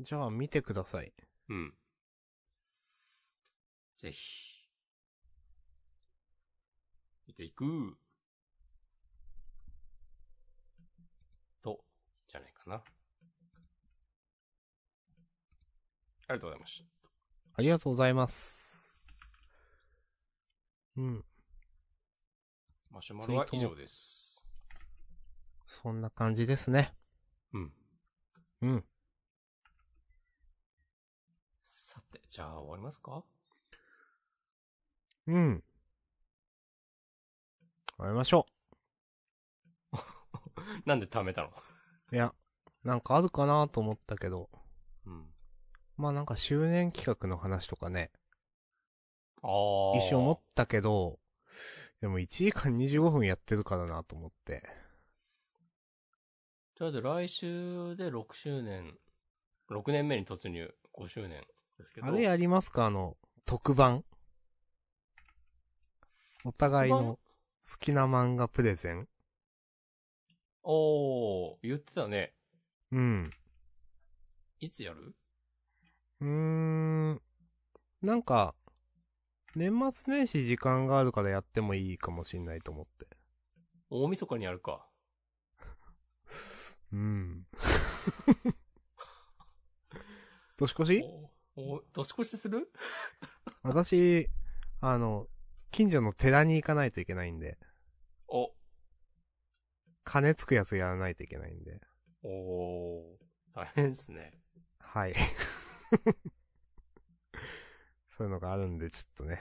じゃあ見てください。うん。ぜひ。見ていく。と、じゃないかな。ありがとうございました。ありがとうございます。うん。マシュマロは以上です。そんな感じですね。うん。うん。さて、じゃあ終わりますかうん。会いましょなんで貯めたのう。いや、なんかあるかなと思ったけど、うん。まあなんか周年企画の話とかね、ああ。一瞬思ったけど、でも1時間25分やってるからなと思って。とりあえず来週で6周年、6年目に突入、5周年ですけど。あれやりますかあの、特番。お互いの好きな漫画プレゼン。おー、言ってたね。うん。いつやるうーん。なんか、年末年始時間があるからやってもいいかもしんないと思って。大晦日にやるか。うん。 [LAUGHS] 年越しおお年越しする私、あの、近所の寺に行かないといけないんで、お、金つくやつやらないといけないんで。おー、大変ですね。はい。 [LAUGHS] そういうのがあるんで、ちょっとね。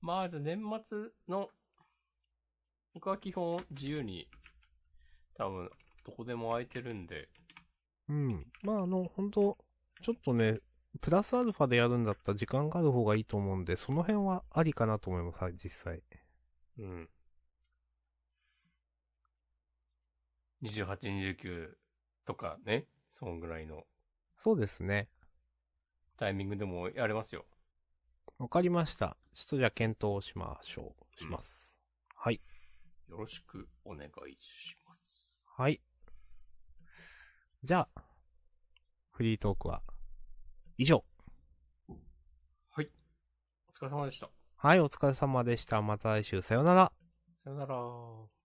まあ、じゃあ年末の、僕は基本自由に、多分、どこでも空いてるんで、うん。まあ、あの、本当ちょっとね、プラスアルファでやるんだったら時間がある方がいいと思うんで、その辺はありかなと思います、はい実際。うん。28、29とかね、そんぐらいのそうですね。タイミングでもやれますよ。わかりました。ちょっとじゃあ検討しましょう。します。はい。よろしくお願いします。はい。じゃあ、フリートークは、以上。はい。お疲れ様でした。はい、お疲れ様でした。また来週、さようなら。さよなら。